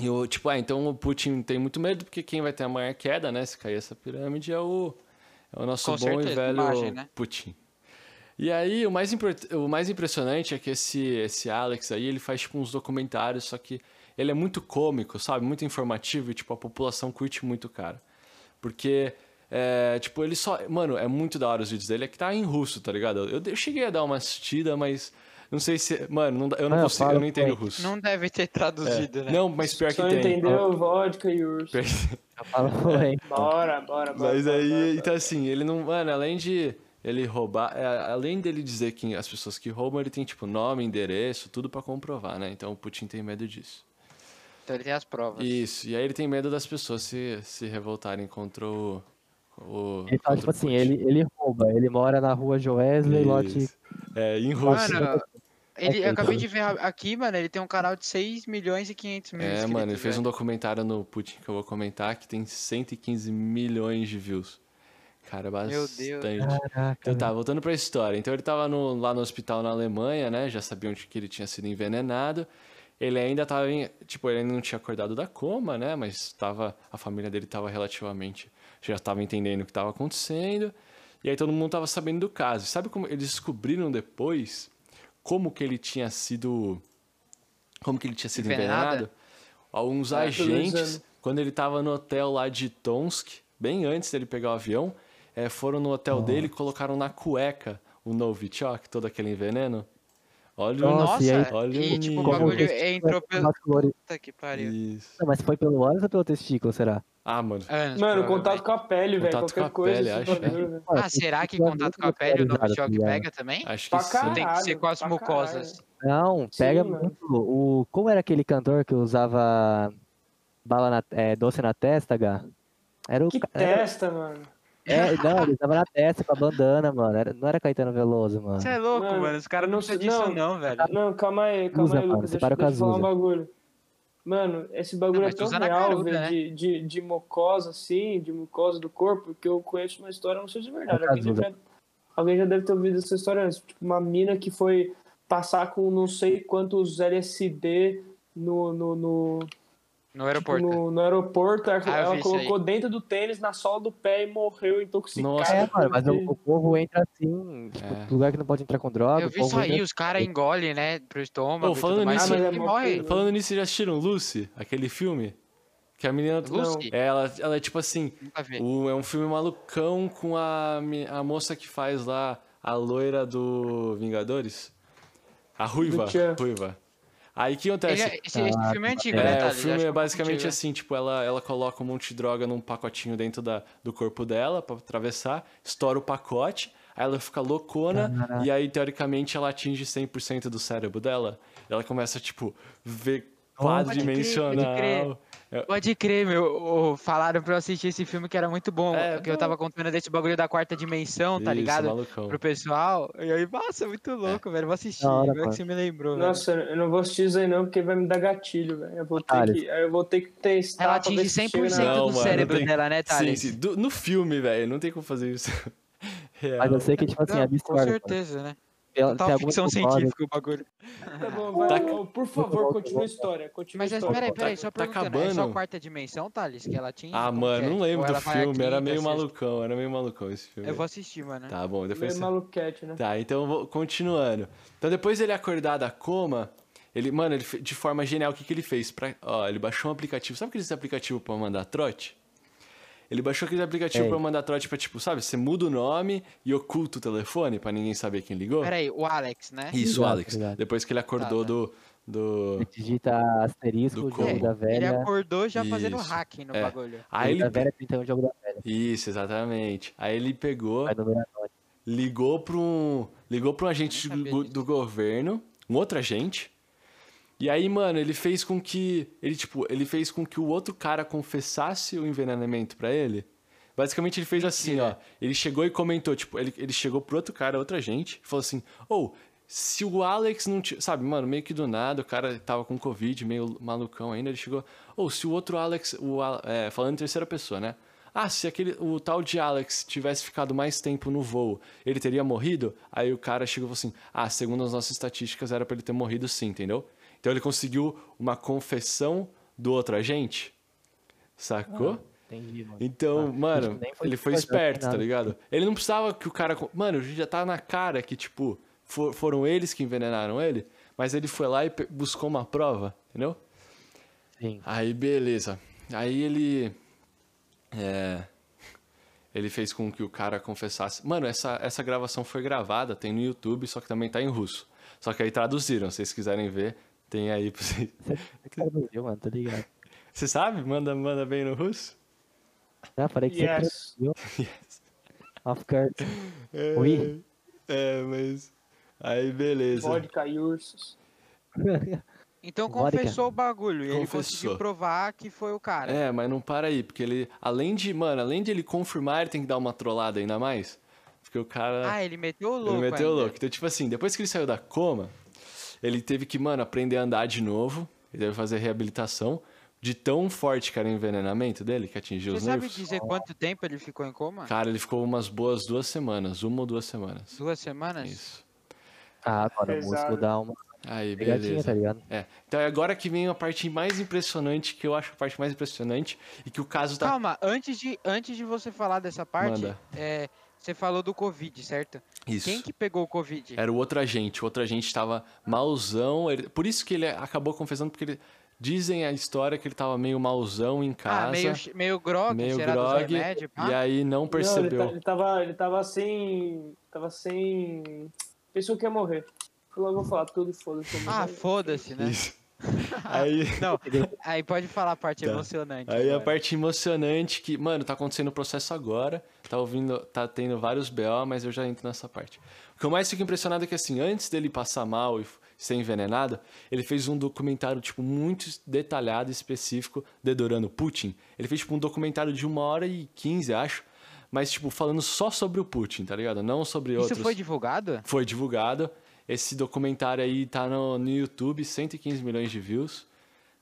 Speaker 1: e o tipo, ah, então o Putin tem muito medo, porque quem vai ter a maior queda, né? Se cair essa pirâmide é o, é o nosso bom
Speaker 2: Com
Speaker 1: e
Speaker 2: certeza,
Speaker 1: velho
Speaker 2: imagem, né?
Speaker 1: Putin. E aí, o mais, import- o mais impressionante é que esse, esse Alex aí, ele faz tipo uns documentários, só que ele é muito cômico, sabe? Muito informativo e, tipo, a população curte muito o cara. Porque, é, tipo, ele só. Mano, é muito da hora os vídeos dele. É que tá em russo, tá ligado? Eu, eu cheguei a dar uma assistida, mas. Não sei se. Mano, não dá- eu não
Speaker 3: Ah,
Speaker 1: consigo.
Speaker 3: fala
Speaker 1: Eu não entendo
Speaker 3: com-
Speaker 1: russo.
Speaker 2: Não deve ter
Speaker 1: É.
Speaker 2: traduzido, né?
Speaker 1: Não, mas pior que
Speaker 4: Só
Speaker 1: tem.
Speaker 4: entendeu vodka e urso.
Speaker 3: tem. Fala, porém.
Speaker 4: Bora, bora, bora.
Speaker 1: Mas
Speaker 4: bora, bora,
Speaker 1: aí,
Speaker 4: bora.
Speaker 1: então assim, ele não. Mano, além de ele roubar. é, além dele dizer que as pessoas que roubam, ele tem, tipo, nome, endereço, tudo pra comprovar, né? Então o Putin tem medo disso.
Speaker 2: Então ele tem as provas.
Speaker 1: Isso. E aí ele tem medo das pessoas se, se revoltarem contra o. o contra
Speaker 3: Ele fala,
Speaker 1: o
Speaker 3: tipo assim,
Speaker 1: Putin.
Speaker 3: ele, um ele rouba. Ele mora na rua Joesley, lote.
Speaker 1: Isso. É, em russo.
Speaker 2: Mano, ele,
Speaker 3: Ok,
Speaker 2: eu acabei
Speaker 3: então.
Speaker 2: de ver a- aqui, mano, ele tem um canal de 6 milhões e 500 mil
Speaker 1: É,
Speaker 2: inscritos.
Speaker 1: mano, ele fez um
Speaker 2: velho.
Speaker 1: documentário no Putin que eu vou comentar que tem 115 milhões de views. Cara, é
Speaker 2: Meu
Speaker 1: bastante.
Speaker 2: Deus.
Speaker 3: Caraca. né?
Speaker 1: Então tá, voltando pra história. Então ele tava no- lá no hospital na Alemanha, né? Já sabia onde que ele tinha sido envenenado. Ele ainda tava em. Tipo, ele ainda não tinha acordado da coma, né? Mas tava. A família dele tava relativamente. Já tava entendendo o que tava acontecendo. E aí todo mundo tava sabendo do caso. Sabe como eles descobriram depois como que ele tinha sido. Como que ele tinha sido
Speaker 2: Envenenado?
Speaker 1: envenenado? Alguns
Speaker 4: É, pelo
Speaker 1: agentes,
Speaker 4: exame.
Speaker 1: quando ele tava no hotel lá de É, Tomsk, bem antes dele pegar o avião, eh, foram no hotel dele e colocaram na cueca o Novichok, todo aquele veneno. Olha o
Speaker 3: Nossa,
Speaker 1: nosso.
Speaker 2: Nossa,
Speaker 3: e aí-
Speaker 1: olha
Speaker 2: e
Speaker 1: o
Speaker 2: tipo, o
Speaker 1: nível.
Speaker 2: bagulho
Speaker 3: Como-
Speaker 2: entrou pelo.
Speaker 3: Vasculou-
Speaker 2: Puta que pariu.
Speaker 1: Isso.
Speaker 3: Não, mas foi pelo ânus ou pelo testículo, será?
Speaker 1: Ah, mano.
Speaker 2: Anos,
Speaker 4: Mano,
Speaker 2: provavelmente.
Speaker 4: contato com a pele, velho.
Speaker 1: Contato
Speaker 4: Qualquer
Speaker 1: com a
Speaker 4: coisa.
Speaker 1: pele,
Speaker 4: esse
Speaker 1: acho,
Speaker 4: bagulho, velho.
Speaker 3: Olha,
Speaker 2: Ah, será que
Speaker 3: testículo é
Speaker 2: contato
Speaker 3: muito
Speaker 2: com a pele o novo
Speaker 3: popularizado,
Speaker 2: choque
Speaker 3: tá ligado?
Speaker 2: pega também?
Speaker 1: Acho que
Speaker 4: Pra
Speaker 1: sim.
Speaker 4: caralho.
Speaker 2: Tem que ser com as
Speaker 4: pra
Speaker 2: mucosas.
Speaker 3: Não,
Speaker 4: Sim,
Speaker 3: pega
Speaker 4: mano.
Speaker 3: muito. O, como era aquele cantor que usava bala na, é, doce na testa, Gá? Era o.
Speaker 4: Que
Speaker 3: ca- era-
Speaker 4: testa, mano.
Speaker 3: é, não, ele usava na testa com a bandana, mano. Era- não era Caetano Veloso, mano.
Speaker 2: Você é louco,
Speaker 4: Mano,
Speaker 2: mano. Os caras não
Speaker 4: não
Speaker 2: precisam
Speaker 4: sei-
Speaker 2: disso,
Speaker 4: não.
Speaker 2: não, velho.
Speaker 4: Não, calma aí, calma
Speaker 3: Usa,
Speaker 4: aí,
Speaker 3: mano,
Speaker 4: Lucas. Deixa,
Speaker 3: separa com
Speaker 4: deixa eu
Speaker 3: as
Speaker 4: falar um
Speaker 3: usa.
Speaker 4: bagulho. Mano, esse
Speaker 2: Não,
Speaker 4: bagulho é
Speaker 2: mas
Speaker 4: tão
Speaker 2: usa na
Speaker 4: real,
Speaker 2: caruda,
Speaker 4: velho,
Speaker 2: né?
Speaker 4: de, de, de mucosa, assim, de mucosa do corpo, que eu conheço uma história, não sei se é verdade.
Speaker 3: Coloca
Speaker 4: Alguém já,
Speaker 3: as
Speaker 4: deve- alguém já deve ter ouvido essa história antes. Tipo, uma mina que foi passar com não sei quantos LSD no, no, no,
Speaker 2: No
Speaker 4: tipo,
Speaker 2: aeroporto.
Speaker 4: no, no aeroporto. Ela,
Speaker 2: Ah, eu vi
Speaker 4: ela
Speaker 2: isso aí.
Speaker 4: colocou dentro do tênis, na sola do pé e morreu intoxicada.
Speaker 1: Nossa.
Speaker 3: É, mano, mas o,
Speaker 4: porque-
Speaker 3: o povo entra assim, tipo,
Speaker 1: É.
Speaker 3: lugar que não pode entrar com droga.
Speaker 2: Eu
Speaker 3: o
Speaker 2: vi
Speaker 3: povo
Speaker 2: isso aí,
Speaker 3: entra- assim,
Speaker 2: os caras engolem, né, pro
Speaker 1: Ô,
Speaker 2: estômago e
Speaker 1: falando
Speaker 2: tudo mais,
Speaker 1: nisso-
Speaker 4: Ah, mas é
Speaker 2: e
Speaker 4: mó
Speaker 2: morre.
Speaker 4: perigo.
Speaker 1: Falando nisso, vocês já assistiram Lucy? Aquele filme? Que a menina.
Speaker 2: Lucy?
Speaker 1: É, Ela, ela é tipo assim.
Speaker 2: Nunca vi.
Speaker 1: O- é um filme malucão com a, me- a moça que faz lá a loira do Vingadores. A ruiva.
Speaker 4: Do Tchan.
Speaker 1: Ruiva. Aí o que
Speaker 2: Ele
Speaker 1: acontece?
Speaker 2: é- esse, esse
Speaker 3: Ah,
Speaker 2: filme é antigo, né,
Speaker 1: É, o
Speaker 2: Thales?
Speaker 1: filme
Speaker 2: Acho
Speaker 1: é
Speaker 2: que
Speaker 1: basicamente
Speaker 2: contigo, né?
Speaker 1: assim, tipo, ela, ela coloca um monte de droga num pacotinho dentro da, do corpo dela pra atravessar, estoura o pacote, aí ela fica loucona e aí, teoricamente, ela atinge 100% do cérebro dela. Ela começa, tipo, ver
Speaker 3: Pode
Speaker 1: quadridimensional.
Speaker 2: crer, pode é. Pode crer, meu. ô, falaram pra eu assistir esse filme que era muito bom.
Speaker 1: É,
Speaker 2: que eu
Speaker 1: não.
Speaker 2: tava contando desse bagulho da quarta dimensão, tá
Speaker 1: Isso,
Speaker 2: ligado?
Speaker 1: malucão.
Speaker 2: Pro pessoal. E aí, nossa, muito louco, velho. Vou assistir.
Speaker 3: Da hora,
Speaker 2: Agora que
Speaker 3: mano.
Speaker 2: você me lembrou, velho.
Speaker 4: Nossa, eu não vou assistir isso aí não, porque vai me dar gatilho, velho. Eu vou ter
Speaker 3: Thales.
Speaker 4: que, eu vou ter que testar.
Speaker 2: Ela
Speaker 4: pra ver
Speaker 2: atinge
Speaker 4: se chega
Speaker 2: 100%
Speaker 1: Não,
Speaker 2: do
Speaker 1: mano,
Speaker 2: cérebro
Speaker 1: não tem-
Speaker 2: dela, né,
Speaker 1: Sim,
Speaker 2: Thales?
Speaker 1: sim. Do- no filme, velho, não tem como fazer isso. <laughs> Real.
Speaker 3: Mas eu sei que, tipo assim, é
Speaker 2: Não, com
Speaker 3: absurdo.
Speaker 2: certeza, né?
Speaker 3: Tem, tem
Speaker 2: Total
Speaker 3: algumas
Speaker 2: ficção
Speaker 3: drogas-
Speaker 2: científica o bagulho.
Speaker 4: na- Tá bom, vai.
Speaker 1: Tá-
Speaker 4: Ô, Por favor, continue a história. Continue
Speaker 2: Mas
Speaker 4: a
Speaker 2: é-
Speaker 4: história.
Speaker 2: peraí,
Speaker 1: Tá-
Speaker 2: peraí, só
Speaker 1: tá
Speaker 2: perguntando, é só
Speaker 1: acabando?
Speaker 2: a quarta dimensão, Thales, que ela atinge?
Speaker 1: Ah,
Speaker 2: Como
Speaker 1: mano,
Speaker 2: que é?
Speaker 1: não
Speaker 2: Ou
Speaker 1: lembro do
Speaker 2: ela vai à
Speaker 1: filme, era
Speaker 2: quinta,
Speaker 1: meio
Speaker 2: sexta?
Speaker 1: malucão, era meio malucão esse filme.
Speaker 2: Eu vou assistir, mano.
Speaker 1: Tá bom, depois
Speaker 4: Meio
Speaker 1: você...
Speaker 4: maluquete, né?
Speaker 1: Tá, então vou continuando. Então depois ele acordar da coma, ele, mano, ele fe- de forma genial, o que, que ele fez? Pra, ó, ele baixou um aplicativo. Sabe aqueles aplicativos pra mandar trote? Ele baixou aquele aplicativo
Speaker 3: Sei.
Speaker 1: pra mandar trote pra, tipo, sabe, você muda o nome e oculta o telefone pra ninguém saber quem ligou.
Speaker 2: Peraí, o Alex, né?
Speaker 1: Isso,
Speaker 3: Exato,
Speaker 1: Alex.
Speaker 3: exato.
Speaker 1: Depois que ele acordou
Speaker 2: Tá, tá.
Speaker 1: do. do...
Speaker 3: Ele digita asterisco,
Speaker 1: Do
Speaker 3: o
Speaker 1: combo.
Speaker 3: jogo da
Speaker 2: É, Ele
Speaker 3: velha.
Speaker 2: acordou já fazendo
Speaker 1: Isso.
Speaker 2: hacking no
Speaker 1: É.
Speaker 2: bagulho.
Speaker 1: Aí
Speaker 3: jogo da
Speaker 1: ele.
Speaker 3: velha, então o jogo da velha.
Speaker 1: Isso, exatamente. Aí ele pegou.
Speaker 3: Vai numerar nós.
Speaker 1: ligou para um ligou para um agente
Speaker 2: Nem sabia
Speaker 1: do,
Speaker 2: disso.
Speaker 1: do governo, um outro agente. E aí, mano, ele fez com que ele tipo, ele fez com que o outro cara confessasse o envenenamento pra ele. Basicamente ele fez assim, ó. Ele chegou e comentou, tipo, ele, ele chegou pro outro cara, outro agente, e falou assim: "Ou se o Alex não tinha, sabe, mano, meio que do nada, o cara tava com covid, meio malucão ainda, ele chegou, ou se o outro Alex, o Al- é, falando em terceira pessoa, né? Ah, se aquele, o tal de Alex tivesse ficado mais tempo no voo, ele teria morrido? Aí o cara chegou e falou assim: Ah, segundo as nossas estatísticas, era pra ele ter morrido sim, entendeu? Então ele conseguiu uma confissão do outro agente, sacou?
Speaker 3: Entendi, mano.
Speaker 1: Então,
Speaker 3: Ah,
Speaker 1: mano,
Speaker 3: isso nem foi
Speaker 1: ele foi
Speaker 3: discordar,
Speaker 1: esperto, tá
Speaker 3: nada.
Speaker 1: ligado? Ele não precisava que o cara. co- Mano, já tá na cara que, tipo, for- foram eles que envenenaram ele, mas ele foi lá e pe- buscou uma prova, entendeu?
Speaker 3: Sim.
Speaker 1: Aí, beleza. Aí ele. É. Ele fez com que o cara confessasse. Mano, essa, essa gravação foi gravada, tem no YouTube, só que também tá em russo. Só que aí traduziram, se vocês quiserem ver, tem aí pra vocês.
Speaker 3: Você traduziu, mano, tá ligado?
Speaker 1: Você sabe? Manda, manda bem no russo?
Speaker 3: Já falei que
Speaker 4: Yes.
Speaker 3: <laughs> você traduziu. Of course.
Speaker 1: É,
Speaker 3: Ui.
Speaker 1: É, mas. Aí, beleza.
Speaker 4: Vodka e ursos.
Speaker 2: Então
Speaker 3: Vodka.
Speaker 2: confessou o bagulho. E ele
Speaker 1: Confessou.
Speaker 2: conseguiu provar que foi o cara.
Speaker 1: É, mas não para aí, porque ele, além de, mano, além de ele confirmar, ele tem que dar uma trollada ainda mais. Porque o cara.
Speaker 2: Ah, ele meteu o louco.
Speaker 1: Ele meteu
Speaker 2: ainda.
Speaker 1: louco. Então, tipo assim, depois que ele saiu da coma, ele teve que, mano, aprender a andar de novo. Ele teve que fazer reabilitação de tão forte que era o envenenamento dele, que atingiu
Speaker 2: Você
Speaker 1: os
Speaker 2: sabe
Speaker 1: nervos.
Speaker 2: dizer quanto tempo ele ficou em coma?
Speaker 1: Cara, ele ficou umas boas duas semanas, uma ou duas semanas.
Speaker 2: Duas semanas?
Speaker 1: Isso.
Speaker 3: Ah, mano, o músculo
Speaker 4: Pesado.
Speaker 3: dá uma
Speaker 1: Aí,
Speaker 3: pegadinha,
Speaker 1: beleza.
Speaker 3: tá ligado?
Speaker 1: É. Então é agora que vem a parte mais impressionante, que eu acho a parte mais impressionante, e que o caso tá.
Speaker 2: Calma, antes de, antes de você falar dessa parte,
Speaker 1: Manda.
Speaker 2: é, você falou do Covid, certo?
Speaker 1: Isso. É
Speaker 2: Quem que pegou o Covid?
Speaker 1: Era o outro agente. O outro agente tava malzão. ele- Por isso que ele acabou confessando, porque ele Dizem a história que ele tava meio mauzão em casa.
Speaker 2: Ah, meio, chi- meio grog,
Speaker 1: meio
Speaker 2: cheirado dos
Speaker 1: grog,
Speaker 2: remédios, Ah, pá.
Speaker 1: E aí não percebeu.
Speaker 4: Não, ele, tá ta- ele tava, ele tava sem. Tava sem. Pensou que ia morrer. Falou, eu vou falar tudo, foda-se. eu vou
Speaker 2: Ah,
Speaker 4: morrer.
Speaker 2: foda-se, né?
Speaker 1: Isso. aí, <laughs>
Speaker 2: <laughs> Não, aí pode falar a parte
Speaker 1: Tá.
Speaker 2: emocionante.
Speaker 1: aí a
Speaker 2: agora.
Speaker 1: parte emocionante que, mano, tá acontecendo o processo agora. Tá ouvindo, tá tendo vários BO, mas eu já entro nessa parte. O que eu mais fico impressionado é que assim, antes dele passar mal e f- ser envenenado, ele fez um documentário tipo muito detalhado e específico dedorando Putin. Ele fez tipo um documentário de uma hora e quinze, acho. Mas, tipo, falando só sobre o Putin, tá ligado? Não sobre
Speaker 2: Isso
Speaker 1: outros.
Speaker 2: foi divulgado?
Speaker 1: Foi divulgado. Esse documentário aí tá no, no YouTube, 115 milhões de views.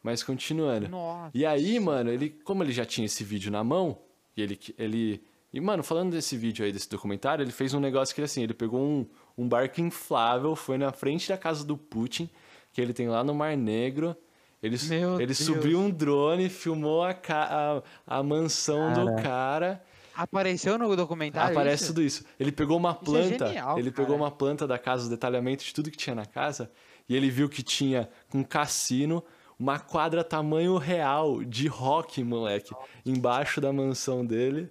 Speaker 1: Mas continuando.
Speaker 2: Nossa.
Speaker 1: E aí, mano, ele, como ele já tinha esse vídeo na mão, e ele, ele. E, mano, falando desse vídeo aí, desse documentário, ele fez um negócio que ele assim, ele pegou um, um barco inflável, foi na frente da casa do Putin, que ele tem lá no Mar Negro. Ele, su-
Speaker 2: Meu
Speaker 1: ele
Speaker 2: Deus.
Speaker 1: subiu um drone, filmou a, ca- a, a mansão do
Speaker 3: Caraca.
Speaker 1: cara.
Speaker 2: Apareceu no documentário
Speaker 1: Aparece
Speaker 2: Tá,
Speaker 1: <laughs>
Speaker 2: é isso?
Speaker 1: tudo isso. Ele pegou uma
Speaker 2: é
Speaker 1: planta,
Speaker 2: genial,
Speaker 1: ele
Speaker 2: cara.
Speaker 1: pegou uma planta da casa, o detalhamento de tudo que tinha na casa, e ele viu que tinha um cassino, uma quadra tamanho real de rock, moleque, embaixo da mansão dele.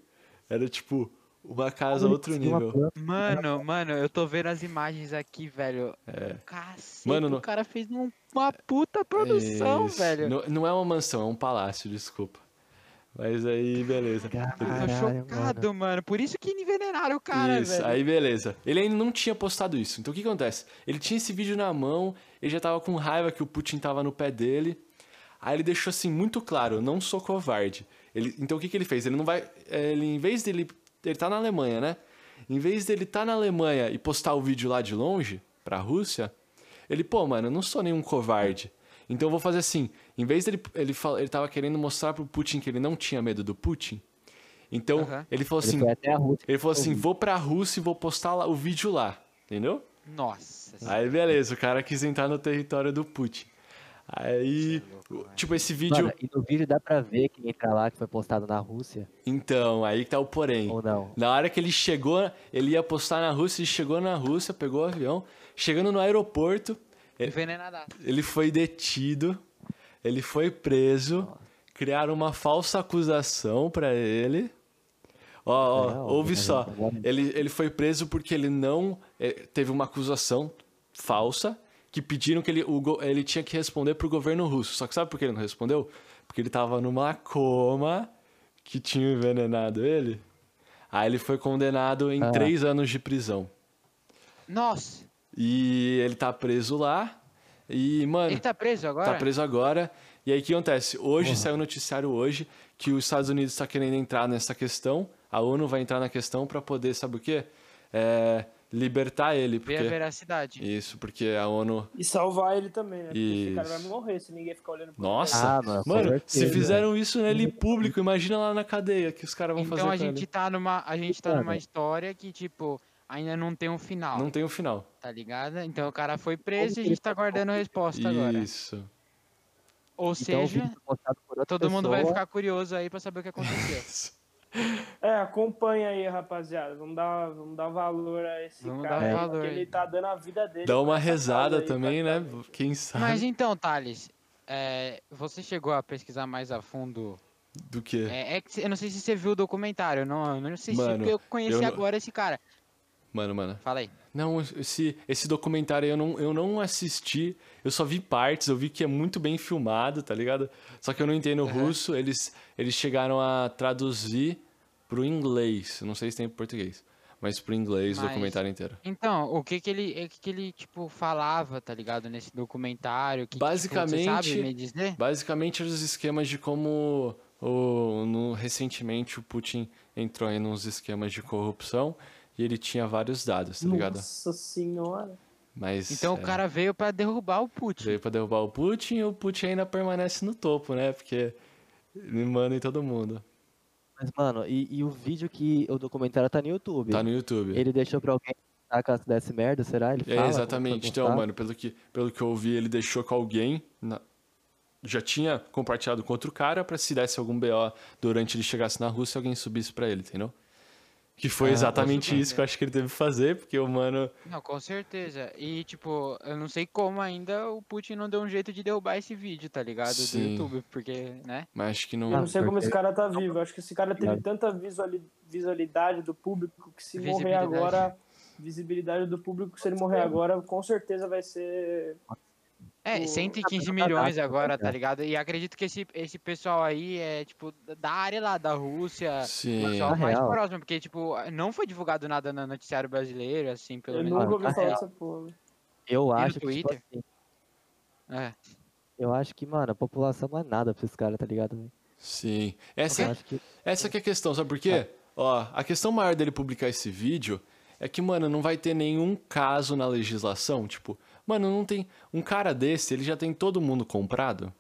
Speaker 1: Era tipo uma casa outro
Speaker 3: Tinha uma
Speaker 1: nível.
Speaker 3: planta,
Speaker 2: Mano, mano, eu tô vendo as imagens aqui, velho. Cacete,
Speaker 1: É. Mano,
Speaker 2: o
Speaker 1: no-
Speaker 2: cara fez um- uma puta produção,
Speaker 1: Isso.
Speaker 2: velho.
Speaker 1: Não, não é uma mansão, é um palácio, desculpa. Mas aí, beleza.
Speaker 2: Eu tô
Speaker 3: Caralho,
Speaker 2: chocado, mano. Por isso que envenenaram o cara,
Speaker 1: isso,
Speaker 2: velho.
Speaker 1: aí beleza. Ele ainda não tinha postado isso. Então o que acontece? Ele tinha esse vídeo na mão, ele já tava com raiva que o Putin tava no pé dele. Aí ele deixou assim muito claro, eu não sou covarde. Ele- então o que que ele fez? Ele não vai, ele em vez dele, ele tá na Alemanha, né? Em vez dele tá na Alemanha e postar o vídeo lá de longe pra Rússia, ele, pô, mano, eu não sou nenhum covarde. Então eu vou fazer assim, em vez dele ele fala, ele tava querendo mostrar pro Putin que ele não tinha medo do Putin. Então,
Speaker 2: Aham.
Speaker 1: ele falou
Speaker 3: Ele
Speaker 1: assim,
Speaker 3: foi até a Rússia.
Speaker 1: ele falou assim: vou pra Rússia e vou postar lá- o vídeo lá, entendeu?
Speaker 2: Nossa.
Speaker 1: Aí beleza, o cara quis entrar no território do Putin. Aí, tipo, esse vídeo.
Speaker 3: Mano, é- e no vídeo dá pra ver quem entra lá, que foi postado na Rússia,
Speaker 1: Então, aí que tá o porém.
Speaker 3: ou não.
Speaker 1: Na hora que ele chegou, ele ia postar na Rússia, ele chegou na Rússia, pegou o avião. Chegando no aeroporto, ele,
Speaker 2: Envenenada.
Speaker 1: ele foi detido, ele foi preso, criaram uma falsa acusação pra ele. Ó, ó,
Speaker 3: Não,
Speaker 1: ouve
Speaker 3: mas
Speaker 1: só.
Speaker 3: tá agora-
Speaker 1: Ele, ele foi preso porque ele não eh, teve uma acusação falsa que pediram que ele, o go- ele tinha que responder pro governo russo. Só que sabe por que ele não respondeu? Porque ele tava numa coma que tinha envenenado ele. Aí ele foi condenado em
Speaker 3: Ah.
Speaker 1: três anos de prisão.
Speaker 2: Nossa.
Speaker 1: E ele tá preso lá. E, mano.
Speaker 2: Ele tá preso agora?
Speaker 1: Tá preso agora. E aí o que acontece? Hoje saiu um noticiário hoje que os Estados Unidos está querendo entrar nessa questão. A ONU vai entrar na questão para poder, sabe o quê? É, libertar ele.
Speaker 2: Vê a
Speaker 1: Porque...
Speaker 2: veracidade.
Speaker 1: Isso, porque a ONU.
Speaker 4: E salvar ele também, né? Porque esse cara vai
Speaker 1: Isso.
Speaker 4: morrer se ninguém ficar olhando pra
Speaker 1: Nossa!
Speaker 3: Ah, mano, com
Speaker 1: mano, se
Speaker 3: certeza.
Speaker 1: fizeram isso nele público, imagina lá na cadeia que os caras vão
Speaker 2: Então
Speaker 1: fazer
Speaker 2: a
Speaker 1: com
Speaker 2: gente tá numa. A gente tá
Speaker 3: Cara.
Speaker 2: numa história que, tipo, ainda não tem um final,
Speaker 1: ele. Não tem o final.
Speaker 2: tá ligado? Então o cara foi preso e a gente tá aguardando a resposta agora.
Speaker 1: Isso.
Speaker 2: Ou
Speaker 3: Então, o
Speaker 2: seja,
Speaker 3: vídeo foi postado por outra
Speaker 2: todo mundo vai
Speaker 3: pessoa.
Speaker 2: ficar curioso aí pra saber o que aconteceu.
Speaker 4: ele. É, acompanha aí, rapaziada. Vamos dar, vamos dar valor a esse
Speaker 2: Vamos
Speaker 4: cara.
Speaker 2: dar
Speaker 4: aí,
Speaker 2: valor
Speaker 4: porque
Speaker 2: aí.
Speaker 4: ele tá dando a vida dele.
Speaker 1: Dá uma
Speaker 4: pra essa
Speaker 1: rezada
Speaker 4: causa aí,
Speaker 1: também,
Speaker 4: pra-
Speaker 1: né? Quem <laughs> sabe
Speaker 2: Mas então, Thales, é, você chegou a pesquisar mais a fundo
Speaker 1: do que.
Speaker 2: É, é que cê- eu não sei se você viu o documentário, não, eu não sei se
Speaker 1: Mano,
Speaker 2: porque eu conheci
Speaker 1: eu não-
Speaker 2: agora esse cara.
Speaker 1: Mano, mano.
Speaker 2: Fala aí.
Speaker 1: Não, esse, esse documentário eu não, eu não assisti, eu só vi partes, eu vi que é muito bem filmado, tá ligado? Só que eu não entendo russo, eles, eles chegaram a traduzir pro inglês, eu não sei se tem em português, mas pro inglês o
Speaker 2: Mas-
Speaker 1: documentário inteiro.
Speaker 2: Então, o que que ele, o que que ele tipo falava, tá ligado, nesse documentário? Que, tipo,
Speaker 1: Basicamente-
Speaker 2: você sabe me dizer?
Speaker 1: Basicamente, eram os esquemas de como o, no- recentemente o Putin entrou em uns esquemas de corrupção e ele tinha vários dados, tá ligado?
Speaker 4: Nossa senhora.
Speaker 1: Mas,
Speaker 2: Então
Speaker 1: é,
Speaker 2: o cara veio pra derrubar o Putin.
Speaker 1: Veio pra derrubar o Putin e o Putin ainda permanece no topo, né? Porque ele manda em todo mundo.
Speaker 3: Mas, mano, e, e o vídeo que o documentário tá no YouTube.
Speaker 1: Tá no YouTube.
Speaker 3: Ele deixou pra alguém tá caso desse merda, será? Ele fala
Speaker 1: É,
Speaker 3: como
Speaker 1: exatamente.
Speaker 3: foi
Speaker 1: Então,
Speaker 3: postado?
Speaker 1: mano, pelo que, pelo que eu ouvi, ele deixou com alguém. na- Já tinha compartilhado com outro cara pra se desse algum BO durante ele chegasse na Rússia, alguém subisse pra ele, entendeu? Que foi
Speaker 3: Ah,
Speaker 1: exatamente
Speaker 2: pode-
Speaker 1: isso que eu acho que ele teve que fazer, porque o mano.
Speaker 2: Não, com certeza. E, tipo, eu não sei como ainda o Putin não deu um jeito de derrubar esse vídeo, tá ligado? Do
Speaker 1: Sim.
Speaker 2: YouTube, porque, né?
Speaker 1: Mas acho que
Speaker 4: Eu
Speaker 1: não.
Speaker 4: não sei como esse cara tá
Speaker 3: Não.
Speaker 4: vivo. Acho que esse cara teve
Speaker 3: Não.
Speaker 4: tanta visuali- visualidade do público que se morrer
Speaker 2: Visibilidade.
Speaker 4: agora, visibilidade do público, se ele morrer agora, com certeza vai ser.
Speaker 2: É,
Speaker 4: O-
Speaker 2: 115
Speaker 3: Ah,
Speaker 2: milhões
Speaker 3: tá, tá,
Speaker 2: agora,
Speaker 3: tá.
Speaker 1: É.
Speaker 2: tá ligado? E acredito que esse, esse pessoal aí é, tipo, da- da área lá, da
Speaker 3: Ah,
Speaker 2: Rússia. O
Speaker 1: Sim.
Speaker 2: pessoal
Speaker 3: Na
Speaker 2: mais
Speaker 3: real.
Speaker 2: próximo, porque, tipo, não foi divulgado nada no noticiário brasileiro, assim, pelo
Speaker 4: Eu
Speaker 2: menos.
Speaker 4: nunca ouvi
Speaker 3: Ah,
Speaker 4: falar
Speaker 3: é.
Speaker 4: dessa porra.
Speaker 3: Eu acho que, tipo
Speaker 2: Twitter?
Speaker 3: assim,
Speaker 2: É.
Speaker 3: eu acho que, mano, a população não é nada pra esses caras, tá ligado? velho?
Speaker 1: Sim.
Speaker 3: Eu
Speaker 1: Essa,
Speaker 3: acho que
Speaker 1: essa que é a questão, sabe por
Speaker 3: Tá.
Speaker 1: quê? Ó, a questão maior dele publicar esse vídeo é que, mano, não vai ter nenhum caso na legislação. Tipo, mano, não tem. Um cara desse, ele já tem todo mundo comprado.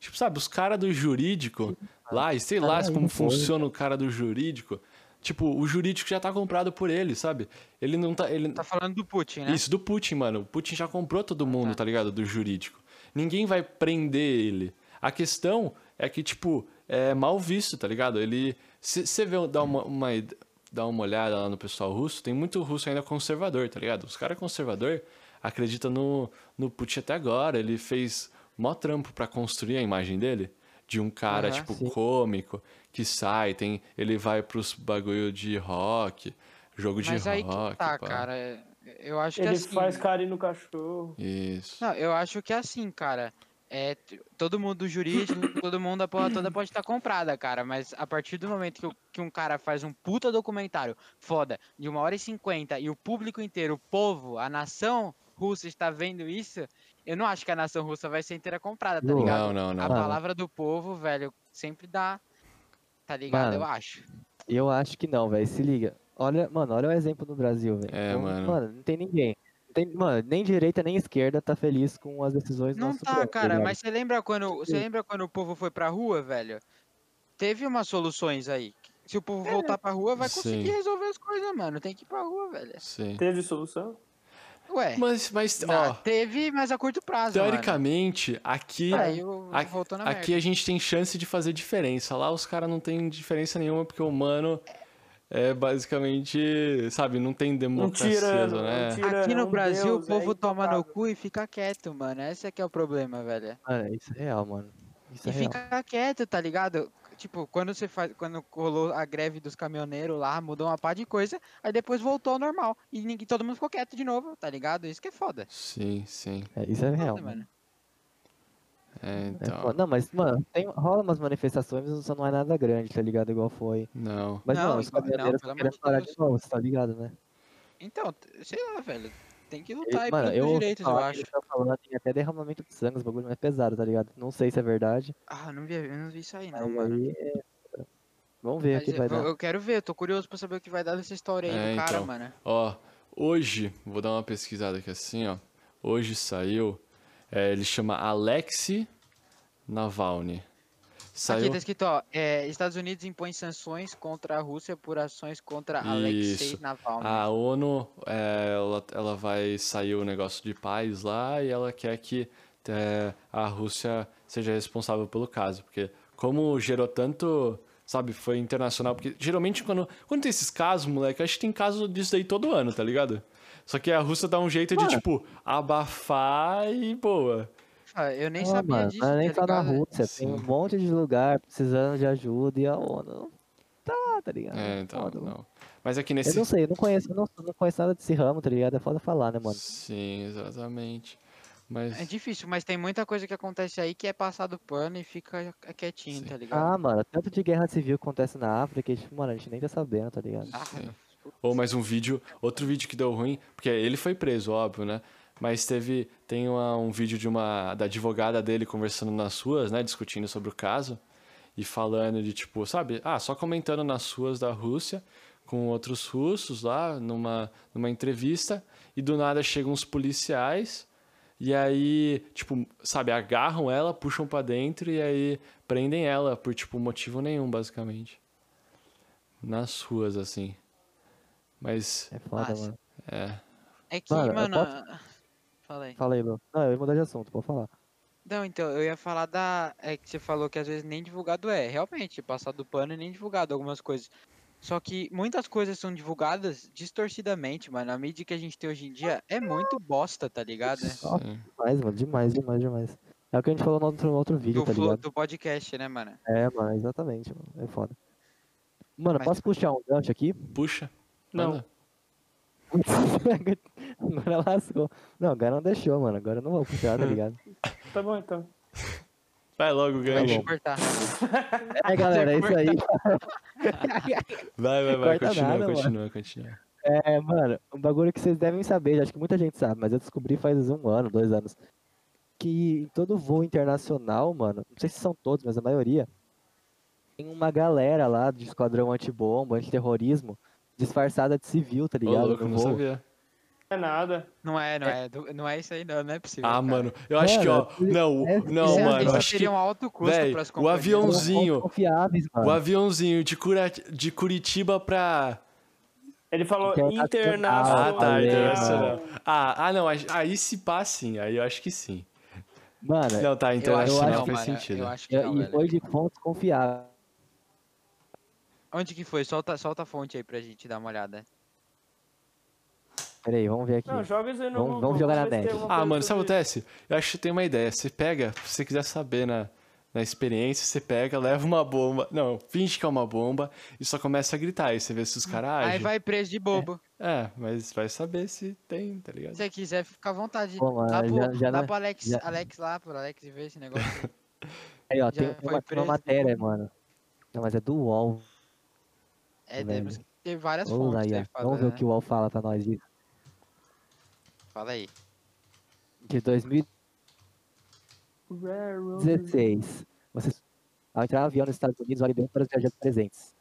Speaker 1: Tipo, sabe, os caras do jurídico lá, e sei lá
Speaker 3: Cara,
Speaker 1: como
Speaker 3: Ah, não foi.
Speaker 1: funciona o cara do jurídico. Tipo, o jurídico já tá comprado por ele, sabe? Ele não tá. Ele,
Speaker 2: Tá falando do Putin, né?
Speaker 1: Isso, do Putin, mano. O Putin já comprou todo mundo,
Speaker 2: tá.
Speaker 1: tá ligado? Do jurídico. Ninguém vai prender ele. A questão é que, tipo, é mal visto, tá ligado? Ele. Você vê, dá uma, uma, id- dá uma olhada lá no pessoal russo, tem muito russo ainda conservador, tá ligado? Os caras conservador acreditam no, no Putin até agora. Ele fez mó trampo pra construir a imagem dele. De um cara,
Speaker 2: Aham,
Speaker 1: tipo,
Speaker 3: sim.
Speaker 1: cômico, que sai, tem. Ele vai pros bagulho de rock, jogo
Speaker 2: Mas
Speaker 1: de
Speaker 2: aí
Speaker 1: rock.
Speaker 2: que
Speaker 1: pá.
Speaker 2: tá, cara. é- Eu acho que
Speaker 4: Ele
Speaker 2: assim.
Speaker 4: faz carinho no cachorro.
Speaker 1: Isso.
Speaker 2: Não, eu acho que assim, cara. É, t- todo mundo do jurídico, todo mundo da porra toda pode estar comprada, cara. Mas a partir do momento que, o- que um cara faz um puta documentário foda, de uma hora e cinquenta, e o público inteiro, o povo, a nação russa está vendo isso, eu não acho que a nação russa vai ser inteira comprada, tá
Speaker 3: Não,
Speaker 2: ligado?
Speaker 1: Não, não,
Speaker 2: A
Speaker 1: não.
Speaker 3: Mano.
Speaker 2: palavra do povo, velho, sempre dá. Tá ligado? Eu
Speaker 3: Mano.
Speaker 2: acho.
Speaker 3: Eu acho que não, velho. Se liga. Olha, mano, olha o exemplo do Brasil, velho.
Speaker 1: É,
Speaker 3: Não-
Speaker 1: mano.
Speaker 3: não tem ninguém. Não tem- mano, nem direita nem esquerda tá feliz com as decisões do
Speaker 2: Não
Speaker 3: nosso
Speaker 2: tá,
Speaker 3: Supremo,
Speaker 2: cara,
Speaker 3: ligado?
Speaker 2: mas você lembra quando. Você lembra quando o povo foi pra rua, velho? Teve umas soluções aí. Se o povo voltar pra rua, vai conseguir
Speaker 1: Sim.
Speaker 2: resolver as coisas, mano. Tem que ir pra rua, velho.
Speaker 1: Sim.
Speaker 4: Teve solução?
Speaker 2: Ué.
Speaker 1: Mas, mas
Speaker 2: na-
Speaker 1: ó,
Speaker 2: teve, mas a curto prazo.
Speaker 1: teoricamente, aqui,
Speaker 2: Mano. Tá Aí o-
Speaker 1: a-
Speaker 2: voltou na
Speaker 1: aqui a gente tem chance de fazer diferença. Lá os caras não tem diferença nenhuma, porque o humano é basicamente, sabe, não tem
Speaker 4: Um
Speaker 1: democracia, né?
Speaker 4: tirano. Um
Speaker 2: merda.
Speaker 4: tirano
Speaker 2: Aqui no
Speaker 4: um
Speaker 2: Brasil,
Speaker 4: deus,
Speaker 2: o
Speaker 4: é
Speaker 2: povo toma no
Speaker 4: intocável.
Speaker 2: cu e fica quieto, mano. Esse é que é o problema, velho.
Speaker 3: Mano, isso é real, mano.
Speaker 2: E
Speaker 3: Isso é real.
Speaker 2: fica quieto, tá ligado? Tipo, quando você faz, quando rolou a greve dos caminhoneiros lá, mudou uma pá de coisa, aí depois voltou ao normal. E ninguém, todo mundo ficou quieto de novo, tá ligado? Isso que é foda.
Speaker 1: Sim, sim.
Speaker 3: É, isso é real.
Speaker 2: Foda, mano.
Speaker 1: É,
Speaker 3: É
Speaker 1: então.
Speaker 3: foda. Não, mas, mano, tem, rola umas manifestações, mas só não é nada grande, tá ligado? Igual foi.
Speaker 1: Não.
Speaker 3: Mas,
Speaker 2: Não,
Speaker 3: mano, os
Speaker 2: igual- não,
Speaker 3: caminhoneiros
Speaker 2: pelo
Speaker 3: estão
Speaker 2: amor
Speaker 3: querendo
Speaker 2: de
Speaker 3: parar
Speaker 2: Deus.
Speaker 3: de novo, você tá ligado, né?
Speaker 2: Então, t- sei lá, velho. Tem que
Speaker 3: Eu-
Speaker 2: lutar Tá aí
Speaker 3: mano,
Speaker 2: pelos
Speaker 3: ouvi
Speaker 2: direitos, eu
Speaker 3: falar que
Speaker 2: acho.
Speaker 3: eles tão falando em até derramamento de sangue, os bagulho mais pesado, tá ligado? Não sei se é verdade.
Speaker 2: Ah, eu não vi, eu não vi isso aí, não,
Speaker 3: mas
Speaker 2: mano.
Speaker 3: aí, é... Vamos ver o
Speaker 2: Mas
Speaker 3: que
Speaker 2: eu,
Speaker 3: vai dar.
Speaker 2: eu quero ver, eu tô curioso pra saber o que vai dar nessa história aí
Speaker 1: É,
Speaker 2: do cara,
Speaker 1: então.
Speaker 2: mano.
Speaker 1: Ó, hoje, vou dar uma pesquisada aqui assim, ó. Hoje saiu, é, ele chama Alexei Navalny.
Speaker 2: Aqui
Speaker 1: Saiu
Speaker 2: tá escrito, ó, é, Estados Unidos impõe sanções contra a Rússia por ações contra Alexei
Speaker 1: Isso.
Speaker 2: Navalny.
Speaker 3: Ah.
Speaker 1: A ONU, é, ela, ela vai sair o negócio de paz lá e ela quer que é, a Rússia seja responsável pelo caso, porque como gerou tanto, sabe, foi internacional, porque geralmente quando, quando tem esses casos, moleque, acho que tem caso disso daí todo ano, tá ligado? Só que a Rússia dá um jeito de, tipo, abafar e boa.
Speaker 2: Ah, eu nem
Speaker 3: Ah,
Speaker 2: sabia
Speaker 3: mano,
Speaker 2: disso,
Speaker 3: não é nem
Speaker 2: tá
Speaker 3: só na
Speaker 2: ligado?
Speaker 3: Rússia, tem
Speaker 1: Sim.
Speaker 3: um monte de lugar precisando de ajuda e a ONU. Tá, tá ligado?
Speaker 1: É, então,
Speaker 3: Foda, mano.
Speaker 1: não. Mas aqui
Speaker 3: Eu
Speaker 1: nesse
Speaker 3: não sei, eu não conheço, eu não, eu não conheço nada desse ramo, tá ligado? É foda falar, né, mano?
Speaker 1: Sim, exatamente. Mas
Speaker 2: É difícil, mas tem muita coisa que acontece aí que é passado pano e fica quietinho,
Speaker 1: Sim.
Speaker 2: tá ligado?
Speaker 3: Ah, mano, tanto de guerra civil que acontece na África, que, tipo, mano, a gente nem tá sabendo, tá ligado?
Speaker 1: sim. Ou mais um vídeo, outro vídeo que deu ruim, porque ele foi preso, óbvio, né? Mas teve, tem uma- um vídeo de uma da advogada dele conversando nas ruas, né, discutindo sobre o caso e falando de tipo, sabe? Ah, só comentando nas ruas da Rússia com outros russos lá numa numa entrevista e do nada chegam uns policiais e aí, tipo, sabe, agarram ela, puxam pra dentro e aí prendem ela por tipo motivo nenhum, basicamente. Nas ruas assim. Mas
Speaker 3: É foda,
Speaker 2: Nossa.
Speaker 3: mano.
Speaker 1: é.
Speaker 2: É que,
Speaker 3: Mano,
Speaker 2: mano.
Speaker 3: eu
Speaker 2: Fala aí.
Speaker 3: Fala aí, Lu. Não, eu ia mudar de assunto, pode falar.
Speaker 2: Não, então, eu ia falar da. É que você falou que às vezes nem divulgado é. Realmente, passado pano e nem divulgado algumas coisas. Só que muitas coisas são divulgadas distorcidamente, mano. A mídia que a gente tem hoje em dia é muito bosta, tá ligado? Né?
Speaker 3: Nossa, demais, mano. Demais, demais, demais. É o que a gente falou no outro, no outro vídeo,
Speaker 2: Do,
Speaker 3: tá
Speaker 2: flow,
Speaker 3: ligado?
Speaker 2: do podcast, né, mano?
Speaker 3: É, mano, exatamente, mano. É foda. Mano,
Speaker 2: Mas-
Speaker 3: posso puxar um gancho aqui?
Speaker 1: Puxa.
Speaker 4: Não.
Speaker 1: manda.
Speaker 3: <laughs> agora lascou. Não, agora não deixou, mano. Agora eu não vou puxar, tá ligado?
Speaker 4: Tá bom então.
Speaker 1: Vai logo,
Speaker 2: Vai
Speaker 1: gancho.
Speaker 3: bom.
Speaker 2: cortar.
Speaker 3: <laughs> É, galera, é isso aí.
Speaker 1: Vai, vai, vai.
Speaker 3: Corta
Speaker 1: Continua,
Speaker 3: nada,
Speaker 1: continua, continua.
Speaker 3: É, mano, um bagulho que vocês devem saber, acho que muita gente sabe, mas eu descobri faz um ano, dois anos, que em todo voo internacional, mano, não sei se são todos, mas a maioria, tem uma galera lá de esquadrão antibomba, antiterrorismo, disfarçada de civil, tá
Speaker 1: Ô,
Speaker 3: ligado?
Speaker 1: louco,
Speaker 3: no
Speaker 1: não
Speaker 3: voo.
Speaker 1: sabia.
Speaker 4: Não é nada.
Speaker 2: Não é, não é. do- Não é isso aí, não. Não é possível.
Speaker 1: Ah,
Speaker 2: cara.
Speaker 1: mano. Eu acho que, ó.
Speaker 3: Mano,
Speaker 1: Não,
Speaker 3: é-
Speaker 1: não,
Speaker 2: isso,
Speaker 1: mano.
Speaker 2: Isso
Speaker 1: eu Acho que
Speaker 2: seria um alto custo
Speaker 1: Véi,
Speaker 2: pras
Speaker 1: o
Speaker 2: companhias. né?
Speaker 1: avião-
Speaker 3: São
Speaker 1: Zinho.
Speaker 3: pontos confiáveis, mano.
Speaker 1: o aviãozinho de, Cura... de Curitiba pra.
Speaker 4: Ele falou
Speaker 3: Internacional.
Speaker 1: Ah,
Speaker 4: internacional.
Speaker 1: tá,
Speaker 3: valeu,
Speaker 1: internacional. Ah, ah, não, aí- aí se pá, sim, aí eu acho que sim.
Speaker 3: Mano,
Speaker 1: Não, tá,
Speaker 2: É. Eu acho que
Speaker 1: internacional
Speaker 2: não,
Speaker 1: faz
Speaker 2: mano.
Speaker 1: sentido. né?
Speaker 2: Eu acho que
Speaker 3: É, e-
Speaker 2: não,
Speaker 3: e
Speaker 2: velho.
Speaker 3: foi de fontes confiáveis.
Speaker 2: Onde que foi? Solta, solta a fonte aí pra gente dar uma olhada.
Speaker 3: Peraí, vamos ver aqui.
Speaker 4: Não, joga isso aí no
Speaker 3: Vamos-
Speaker 4: Google,
Speaker 3: vamos jogar na
Speaker 4: ver se tem
Speaker 3: net.
Speaker 4: alguma
Speaker 1: Ah,
Speaker 4: coisa
Speaker 1: mano, sabe o que
Speaker 4: sobre
Speaker 1: acontece? Eu acho que tem uma ideia. Você pega, se você quiser saber na, na experiência, você pega, leva uma bomba. Não, finge que é uma bomba e só começa a gritar. Aí você vê se os caras
Speaker 2: Aí
Speaker 1: agem.
Speaker 2: vai preso de bobo.
Speaker 1: É, mas vai saber se tem, tá ligado?
Speaker 2: Se você quiser, fica à vontade.
Speaker 3: Pô, mano,
Speaker 2: dá pro,
Speaker 3: já- já
Speaker 2: dá
Speaker 3: não-
Speaker 2: pro Alex,
Speaker 3: já-
Speaker 2: Alex lá, pro Alex ver esse negócio.
Speaker 3: <laughs>
Speaker 2: aí.
Speaker 3: Aí, ó,
Speaker 2: Já
Speaker 3: tem, tem
Speaker 2: foi
Speaker 3: uma, tem uma
Speaker 2: preso.
Speaker 3: matéria, mano. Não, mas é do UOL.
Speaker 2: É,
Speaker 3: Velho.
Speaker 2: temos que ter várias
Speaker 3: Ô,
Speaker 2: fontes
Speaker 3: Laia,
Speaker 2: aí
Speaker 3: Vamos ver
Speaker 2: falando,
Speaker 3: o que o UOL fala pra nós disso.
Speaker 2: né? Fala aí.
Speaker 3: De 2016.
Speaker 4: isso. Railroad.
Speaker 3: Vocês, ao entrar no avião nos Estados Unidos, olhe bem para os viajantes presentes.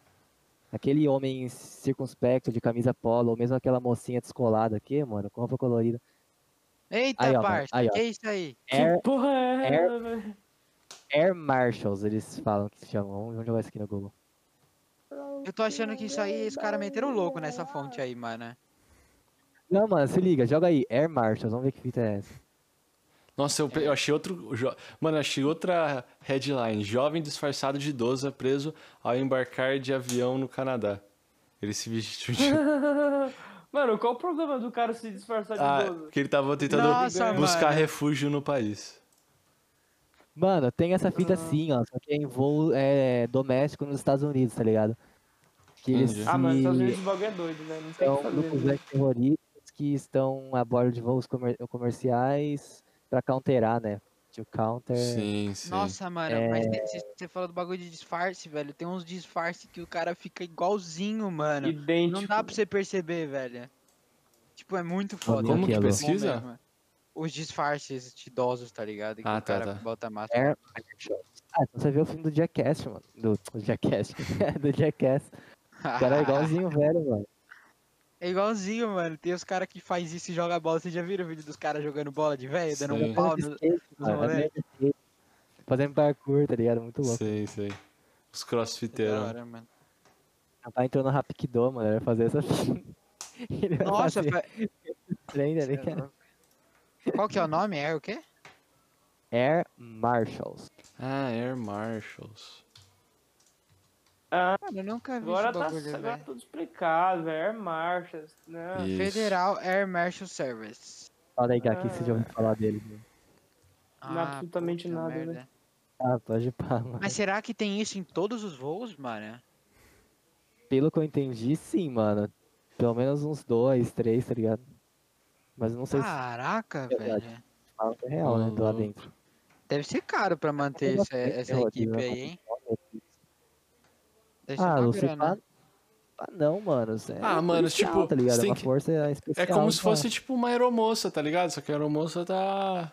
Speaker 3: Aquele homem circunspecto de camisa polo, ou mesmo aquela mocinha descolada aqui, mano, com roupa colorida.
Speaker 2: Eita,
Speaker 3: Aí, ó, mano,
Speaker 2: parça,
Speaker 3: aí, ó.
Speaker 2: que isso aí?
Speaker 3: Air,
Speaker 4: Que porra é
Speaker 3: Air-
Speaker 4: ela, velho?
Speaker 3: Air Marshals, eles falam que se chamam. Vamos- Vamos jogar isso aqui no Google.
Speaker 2: Eu tô achando que isso aí, os caras meteram louco nessa fonte aí, mano.
Speaker 3: Não, mano, se liga, joga aí. Air Marshals, vamos ver que fita é essa.
Speaker 1: Nossa, eu, pe- eu achei outro. jo- Mano, eu achei outra headline. Jovem disfarçado de 12 é preso ao embarcar de avião no Canadá. Ele se vestiu de.
Speaker 4: Mano, qual o problema do cara se disfarçar de
Speaker 1: Ah,
Speaker 4: idoso?
Speaker 1: porque ele tava tentando
Speaker 2: um Nossa,
Speaker 1: buscar
Speaker 2: mano.
Speaker 1: refúgio no país.
Speaker 3: Mano, tem essa fita sim, ó. Só que é em voo é, doméstico nos Estados Unidos, tá ligado? Que eles
Speaker 1: Entendi.
Speaker 4: Ah, mano, Estados
Speaker 3: se-
Speaker 4: Unidos o bagulho é doido, velho. Não tem o
Speaker 3: são
Speaker 4: que fazer.
Speaker 3: grupos
Speaker 4: né?
Speaker 3: terroristas que estão a bordo de voos comer- comerciais pra counterar, né? To counter.
Speaker 1: Sim, sim.
Speaker 2: Nossa, mano, mas
Speaker 3: É.
Speaker 2: você falou do bagulho de disfarce, velho. Tem uns disfarces que o cara fica igualzinho,
Speaker 3: é
Speaker 2: mano.
Speaker 4: Idêntico.
Speaker 2: Não dá pra você perceber, velho. Tipo, é muito foda.
Speaker 3: Como que
Speaker 2: é muito bom
Speaker 1: pesquisa?
Speaker 2: mesmo. Os disfarces de idosos, tá ligado? Que
Speaker 1: Ah,
Speaker 2: o
Speaker 1: tá, tá.
Speaker 2: cara bota máscara.
Speaker 3: Air Marshals. é Ah, então você vê o filme do Jackass, mano. Do, <laughs> do Jackass. do Jackass. O
Speaker 2: <laughs>
Speaker 3: cara
Speaker 2: Ah.
Speaker 3: é igualzinho velho, mano.
Speaker 2: É igualzinho, mano. Tem os caras que faz isso e joga bola. Vocês já viram o vídeo dos caras jogando bola de velho, dando
Speaker 1: Sim.
Speaker 2: um pau no...
Speaker 3: Skate,
Speaker 2: nos
Speaker 3: mano,
Speaker 2: moleque.
Speaker 3: andando de skate, Fazendo parkour, tá ligado? Muito louco.
Speaker 1: Sei, sei. Os
Speaker 2: É Da
Speaker 1: crossfiteiros.
Speaker 2: hora, mano.
Speaker 3: O rapaz entrou no Rapkido, mano. Ele vai fazer essa <laughs> fita. Ele vai
Speaker 2: Nossa,
Speaker 3: fazer
Speaker 2: fa-
Speaker 3: trem, tá ligado?
Speaker 2: qual que é o nome? É o quê?
Speaker 3: Air
Speaker 1: Hum.
Speaker 3: Marshals.
Speaker 1: Ah, Air Marshals.
Speaker 4: Ah,
Speaker 2: Mano, eu nunca vi
Speaker 4: agora
Speaker 2: esse
Speaker 4: tá
Speaker 2: bagulho,
Speaker 4: agora
Speaker 2: velho.
Speaker 4: tudo explicado, velho. Air Marshals. Né?
Speaker 1: Isso.
Speaker 2: Federal Air Marshal Service.
Speaker 3: Fala aí, Gaki, que você já ouviu
Speaker 1: Ah.
Speaker 3: falar dele. né? mano.
Speaker 4: Não é absolutamente
Speaker 2: Ah, puta
Speaker 4: nada, né?
Speaker 3: Ah, pode pá, mano.
Speaker 2: Mas será que tem isso em todos os voos, mano?
Speaker 3: Pelo que eu entendi, sim, mano. Pelo menos uns dois, três, tá ligado? Mas não sei
Speaker 2: Ah. Caraca,
Speaker 3: Verdade.
Speaker 2: velho.
Speaker 3: se fala que é real, né? Lá
Speaker 1: Maluco.
Speaker 3: dentro.
Speaker 2: Deve ser caro pra manter
Speaker 3: Não
Speaker 2: essa,
Speaker 3: sei,
Speaker 2: essa
Speaker 3: eu- né?
Speaker 2: equipe
Speaker 3: eu-
Speaker 2: aí, hein? Deve ser
Speaker 3: Ah,
Speaker 2: uma
Speaker 3: não sei
Speaker 2: grana.
Speaker 3: pá. pá não, mano. isso é
Speaker 1: Ah, mano,
Speaker 3: policial,
Speaker 1: tipo,
Speaker 3: Tá ligado?
Speaker 1: você
Speaker 3: É um
Speaker 1: tem
Speaker 3: uma
Speaker 1: que-
Speaker 3: força especial.
Speaker 1: É como se
Speaker 3: cara.
Speaker 1: fosse tipo uma aeromoça, tá ligado? Só que a aeromoça tá.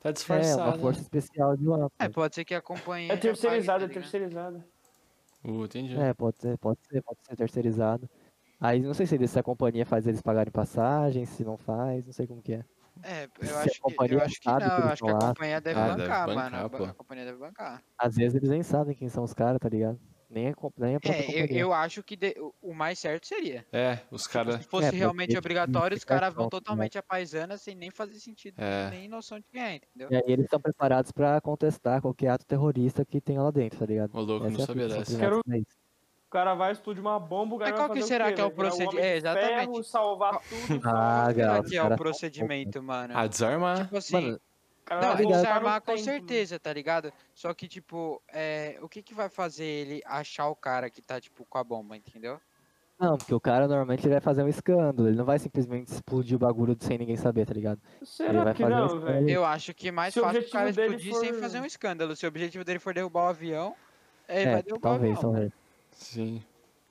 Speaker 1: tá
Speaker 3: É,
Speaker 1: disfarçada.
Speaker 3: uma força especial de lá.
Speaker 2: É,
Speaker 3: pô.
Speaker 2: pode ser que a companhia.
Speaker 4: É terceirizado, é
Speaker 2: pague, tá ligado?
Speaker 4: terceirizado.
Speaker 1: Uh, entendi.
Speaker 3: É, pode ser, pode ser, pode ser terceirizado. Aí não sei se, eles- se a companhia faz eles pagarem passagem, se não faz, não sei como que é.
Speaker 2: É,
Speaker 3: Se
Speaker 2: eu
Speaker 3: a
Speaker 2: acho que, eu
Speaker 3: companhia
Speaker 2: acho que não.
Speaker 3: sabe que
Speaker 2: Eu
Speaker 3: eles
Speaker 2: acho que a
Speaker 3: vão lá,
Speaker 2: companhia deve
Speaker 1: ah,
Speaker 2: bancar,
Speaker 1: deve bancar,
Speaker 2: mano. a ba-
Speaker 1: pô.
Speaker 2: A companhia deve bancar.
Speaker 3: Às vezes eles nem sabem quem são os caras, tá ligado? Nem a, comp- nem a própria
Speaker 2: É, eu,
Speaker 3: companhia.
Speaker 2: eu acho que de- o- o mais certo seria.
Speaker 1: É, os caras.
Speaker 2: Se fosse
Speaker 3: É, porque
Speaker 2: realmente
Speaker 3: tem
Speaker 2: obrigatório, os
Speaker 3: ficar
Speaker 2: caras vão
Speaker 3: pronto, né?
Speaker 2: totalmente à paisana sem nem fazer sentido,
Speaker 1: É.
Speaker 2: nem noção de quem é, entendeu?
Speaker 3: E aí eles estão preparados pra contestar qualquer ato terrorista que tenha lá dentro, tá ligado?
Speaker 1: Ô, louco,
Speaker 3: Essa
Speaker 1: não
Speaker 3: é a
Speaker 1: sabia
Speaker 3: fita, são
Speaker 1: dessa.
Speaker 3: treinados pra isso.
Speaker 4: cara vai explodir uma bomba, o cara
Speaker 2: Mas
Speaker 4: vai
Speaker 2: qual que
Speaker 4: fazer
Speaker 2: será
Speaker 4: o quê,
Speaker 2: que é o
Speaker 4: velho? Virar um
Speaker 2: procedi-
Speaker 4: homem
Speaker 2: é,
Speaker 4: de ferro,
Speaker 2: exatamente.
Speaker 4: salvar tudo.
Speaker 3: Ah,
Speaker 4: cara.
Speaker 3: galera,
Speaker 2: Qual que é o
Speaker 3: cara,
Speaker 2: procedimento, mano?
Speaker 1: Ah, desarmar.
Speaker 2: Tipo assim,
Speaker 3: Mano,
Speaker 4: O cara
Speaker 2: Não,
Speaker 4: vai
Speaker 3: ligado.
Speaker 4: voltar no
Speaker 2: desarmar com
Speaker 4: tempo, mano.
Speaker 2: certeza, tá ligado? Só que, tipo, é, o que que vai fazer ele achar o cara que tá, tipo, com a bomba, entendeu?
Speaker 3: não, porque o cara normalmente ele vai fazer um escândalo. Ele não vai simplesmente explodir o bagulho sem ninguém saber, tá ligado? Ele
Speaker 4: Será
Speaker 3: vai
Speaker 4: que
Speaker 3: fazer um
Speaker 4: não,
Speaker 3: escândalo.
Speaker 4: velho?
Speaker 2: Eu acho que é mais
Speaker 4: Se o
Speaker 2: fácil o
Speaker 4: objetivo
Speaker 2: cara
Speaker 4: dele
Speaker 2: explodir sem
Speaker 4: for-
Speaker 2: fazer um escândalo. Se o objetivo dele for derrubar o avião, ele
Speaker 3: é,
Speaker 2: vai derrubar o
Speaker 3: talvez,
Speaker 2: avião,
Speaker 4: então.
Speaker 3: talvez.
Speaker 1: Sim.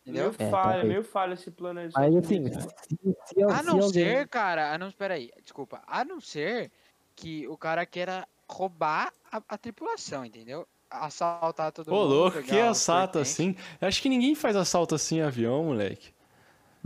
Speaker 2: entendeu?
Speaker 4: Meio
Speaker 3: É,
Speaker 4: falha,
Speaker 3: talvez.
Speaker 4: meio falha esse plano aí.
Speaker 3: Mas assim, se,
Speaker 2: A
Speaker 3: se,
Speaker 4: assim,
Speaker 3: se
Speaker 2: Ah, não
Speaker 3: alguém-
Speaker 2: ser, cara, a não, peraí, desculpa. A não ser que o cara queira roubar a, a tripulação, entendeu? Assaltar todo
Speaker 1: Ô,
Speaker 2: mundo.
Speaker 1: louco,
Speaker 2: pegar
Speaker 1: que
Speaker 2: os
Speaker 1: assalto
Speaker 2: pertences.
Speaker 1: assim? Eu acho que ninguém faz assalto assim em avião, moleque.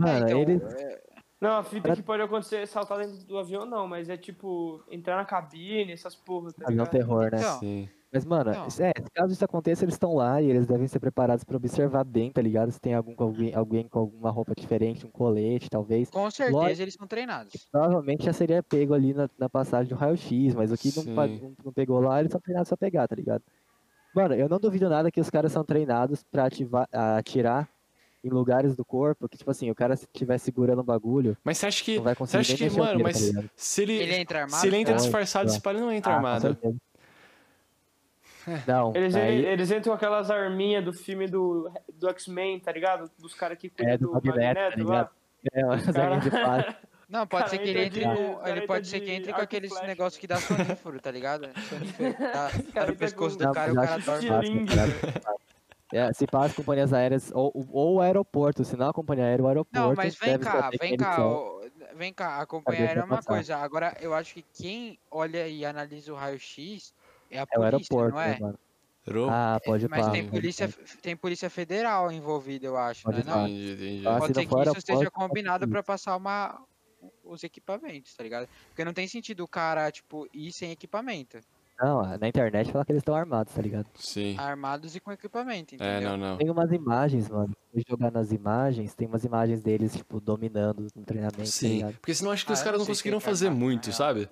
Speaker 2: É,
Speaker 3: Mano,
Speaker 2: então,
Speaker 3: ele.
Speaker 2: é,
Speaker 4: Não, a fita
Speaker 3: Pra-
Speaker 4: que pode acontecer é saltar dentro do avião, não, mas é tipo entrar na cabine, essas porra, tá
Speaker 3: Avião
Speaker 4: ligado?
Speaker 3: terror, né?
Speaker 2: Então,
Speaker 1: Sim.
Speaker 3: Mas, mano,
Speaker 2: Então.
Speaker 3: é, caso isso aconteça, eles estão lá e eles devem ser preparados pra observar bem, tá ligado? Se tem algum, alguém, alguém com alguma roupa diferente, um colete, talvez.
Speaker 2: com certeza
Speaker 3: Lógico.
Speaker 2: eles são treinados.
Speaker 3: Provavelmente já seria pego ali na, na passagem do raio-x, mas o que não, pa-
Speaker 1: Sim.
Speaker 3: não- não pegou lá, eles são treinados pra pegar, tá ligado? Mano, eu não duvido nada que os caras são treinados pra ativar, a atirar em lugares do corpo que, tipo assim, o cara se estiver segurando o bagulho,
Speaker 1: Mas você acha que.
Speaker 3: não vai
Speaker 1: Você
Speaker 3: conseguir
Speaker 1: acha
Speaker 3: nem
Speaker 1: que,
Speaker 3: mexer o
Speaker 1: mano,
Speaker 3: dedo,
Speaker 1: mas
Speaker 3: tá ligado?
Speaker 1: se ele.
Speaker 2: Ele entra armado?
Speaker 1: se ele entra
Speaker 3: Não,
Speaker 1: disfarçado,
Speaker 3: não.
Speaker 1: esse cara não entra
Speaker 3: Ah, com
Speaker 1: armado.
Speaker 3: certeza.
Speaker 2: É.
Speaker 3: Não,
Speaker 4: Eles,
Speaker 3: aí-
Speaker 1: é
Speaker 4: eles entram com aquelas arminhas do filme do, do X-Men, tá ligado? Dos caras que cuidam
Speaker 3: É, do
Speaker 4: do
Speaker 3: Magneto, tá
Speaker 4: Magneto lá.
Speaker 3: ligado? é, as
Speaker 4: cara-
Speaker 3: arminhas de
Speaker 1: <laughs>
Speaker 3: plástico.
Speaker 2: Não, pode
Speaker 4: Cara,
Speaker 2: ser que ele
Speaker 4: entra
Speaker 2: entre
Speaker 4: de-
Speaker 2: com.
Speaker 4: cara,
Speaker 2: Ele
Speaker 4: entra
Speaker 2: pode ser que
Speaker 4: de
Speaker 2: entre com
Speaker 4: arco e
Speaker 2: aqueles
Speaker 4: flecha,
Speaker 2: negócios que dá sonífero, tá
Speaker 4: <laughs>
Speaker 2: ligado? Sonífero. que Tá, tá
Speaker 4: entra
Speaker 2: no pescoço
Speaker 4: com-
Speaker 2: do
Speaker 3: Não,
Speaker 2: cara e o
Speaker 3: mas
Speaker 2: cara
Speaker 3: acho
Speaker 1: tá
Speaker 3: que
Speaker 2: dorme.
Speaker 4: dorme.
Speaker 3: fácil, né, cara? É, se faz companhias aéreas ou, ou aeroporto, se não a companhia aérea, o aeroporto.
Speaker 2: Não, mas vem
Speaker 3: deve
Speaker 2: cá, vem
Speaker 3: saber quem eles
Speaker 2: cá,
Speaker 3: são.
Speaker 2: ô, vem cá, acompanhar
Speaker 3: deixa
Speaker 2: era é uma
Speaker 3: passar.
Speaker 2: coisa. Agora, eu acho que quem olha e analisa o raio-x é a
Speaker 3: É o
Speaker 2: polícia,
Speaker 3: aeroporto,
Speaker 2: não
Speaker 3: né,
Speaker 2: é?
Speaker 3: mano?
Speaker 1: Ro-
Speaker 3: Ah, pode
Speaker 2: Mas
Speaker 3: pá.
Speaker 2: tem
Speaker 1: pá.
Speaker 2: polícia, tem polícia federal envolvida, eu acho,
Speaker 3: Pode
Speaker 2: né? Não,
Speaker 1: Entendi, entendi.
Speaker 3: Ah,
Speaker 2: pode
Speaker 3: se
Speaker 2: ser
Speaker 3: não
Speaker 2: que
Speaker 3: for
Speaker 2: isso esteja
Speaker 3: aeroporto, pode ser
Speaker 2: combinado
Speaker 3: isso.
Speaker 2: pra passar uma os equipamentos, tá ligado? Porque não tem sentido o cara, tipo, ir sem equipamento.
Speaker 3: Não, Então, na internet fala que eles estão armados, tá ligado?
Speaker 1: Sim.
Speaker 2: Armados e com equipamento,
Speaker 1: É,
Speaker 2: entendeu?
Speaker 1: não, não.
Speaker 3: Tem umas imagens, mano. Se jogar nas imagens, tem umas imagens deles, tipo, dominando no treinamento, tá
Speaker 1: Sim.
Speaker 3: ligado?
Speaker 1: Porque senão acho que
Speaker 2: Ah,
Speaker 1: os
Speaker 2: eu
Speaker 1: caras
Speaker 2: não
Speaker 1: não
Speaker 2: sei se
Speaker 1: conseguiriam
Speaker 2: entra
Speaker 1: fazer
Speaker 2: armado, na
Speaker 1: muito,
Speaker 2: real.
Speaker 1: sabe?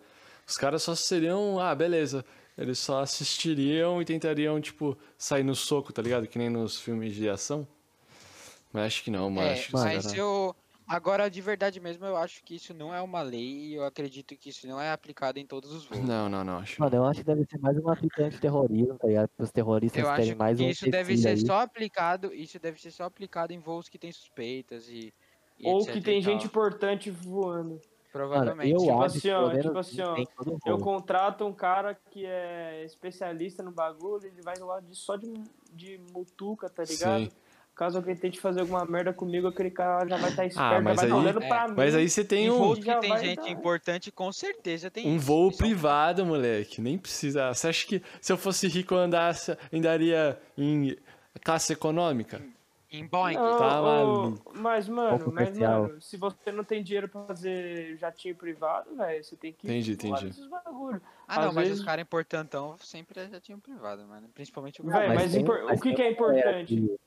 Speaker 1: Os caras só seriam. Ah, beleza. Eles só assistiriam e tentariam, tipo, sair no soco, tá ligado? Que nem nos filmes de ação. Mas acho que não, mano.
Speaker 2: É,
Speaker 1: acho que os
Speaker 2: mas
Speaker 1: caras-
Speaker 2: eu. Agora, de verdade mesmo, eu acho que isso não é uma lei e eu acredito que isso não é aplicado em todos os voos.
Speaker 1: Não, não, não. Acho que
Speaker 3: Mano, eu acho que deve ser mais um aplicante terrorismo, tá ligado? Para os terroristas
Speaker 2: Eu
Speaker 3: terem
Speaker 2: acho
Speaker 3: mais
Speaker 2: que
Speaker 3: um
Speaker 2: isso deve
Speaker 3: empecilho
Speaker 2: ser
Speaker 3: aí.
Speaker 2: só aplicado, isso deve ser só aplicado em voos que tem suspeitas e, e
Speaker 4: Ou
Speaker 2: etc
Speaker 4: que
Speaker 2: e
Speaker 4: tem
Speaker 2: tal.
Speaker 4: gente importante voando.
Speaker 3: Mano,
Speaker 2: provavelmente.
Speaker 3: eu
Speaker 4: Tipo
Speaker 3: acho que
Speaker 4: assim, ó,
Speaker 3: pelo menos
Speaker 4: tipo assim, ó,
Speaker 3: tem todo
Speaker 4: Eu
Speaker 3: mundo.
Speaker 4: contrato um cara que é especialista no bagulho, ele vai lá de, só de, de mutuca, tá ligado?
Speaker 1: Sim.
Speaker 4: Caso alguém tente fazer alguma merda comigo, aquele cara já vai estar esperto,
Speaker 1: mas
Speaker 4: já vai tá
Speaker 1: aí-
Speaker 4: olhando
Speaker 2: Ah, É.
Speaker 4: pra mim.
Speaker 1: Mas aí você
Speaker 2: Em
Speaker 1: tem um,
Speaker 2: voos que
Speaker 4: já
Speaker 2: tem
Speaker 4: vai
Speaker 2: gente
Speaker 4: dar.
Speaker 2: importante, com certeza tem
Speaker 1: um
Speaker 2: isso,
Speaker 1: voo
Speaker 2: pessoal.
Speaker 1: privado, moleque. Nem precisa. Você acha que se eu fosse rico eu andasse, andaria em classe econômica?
Speaker 2: Em Boeing.
Speaker 4: Não,
Speaker 1: Tá
Speaker 4: ô,
Speaker 1: maluco.
Speaker 4: mas, mano,
Speaker 3: Pouco
Speaker 4: mas,
Speaker 3: comercial.
Speaker 4: mano, se você não tem dinheiro pra fazer jatinho privado, velho, você tem que
Speaker 1: Entendi,
Speaker 4: voar
Speaker 1: entendi.
Speaker 4: nesses bagulho.
Speaker 2: Ah, não,
Speaker 4: às
Speaker 2: mas os
Speaker 4: vezes-
Speaker 2: caras importantão sempre já tinham privado, mano. Principalmente o
Speaker 4: Véi,
Speaker 2: governo.
Speaker 4: mas
Speaker 3: tem-
Speaker 4: impor- o que
Speaker 3: tem
Speaker 4: que é
Speaker 3: um
Speaker 4: importante?
Speaker 3: aéreo.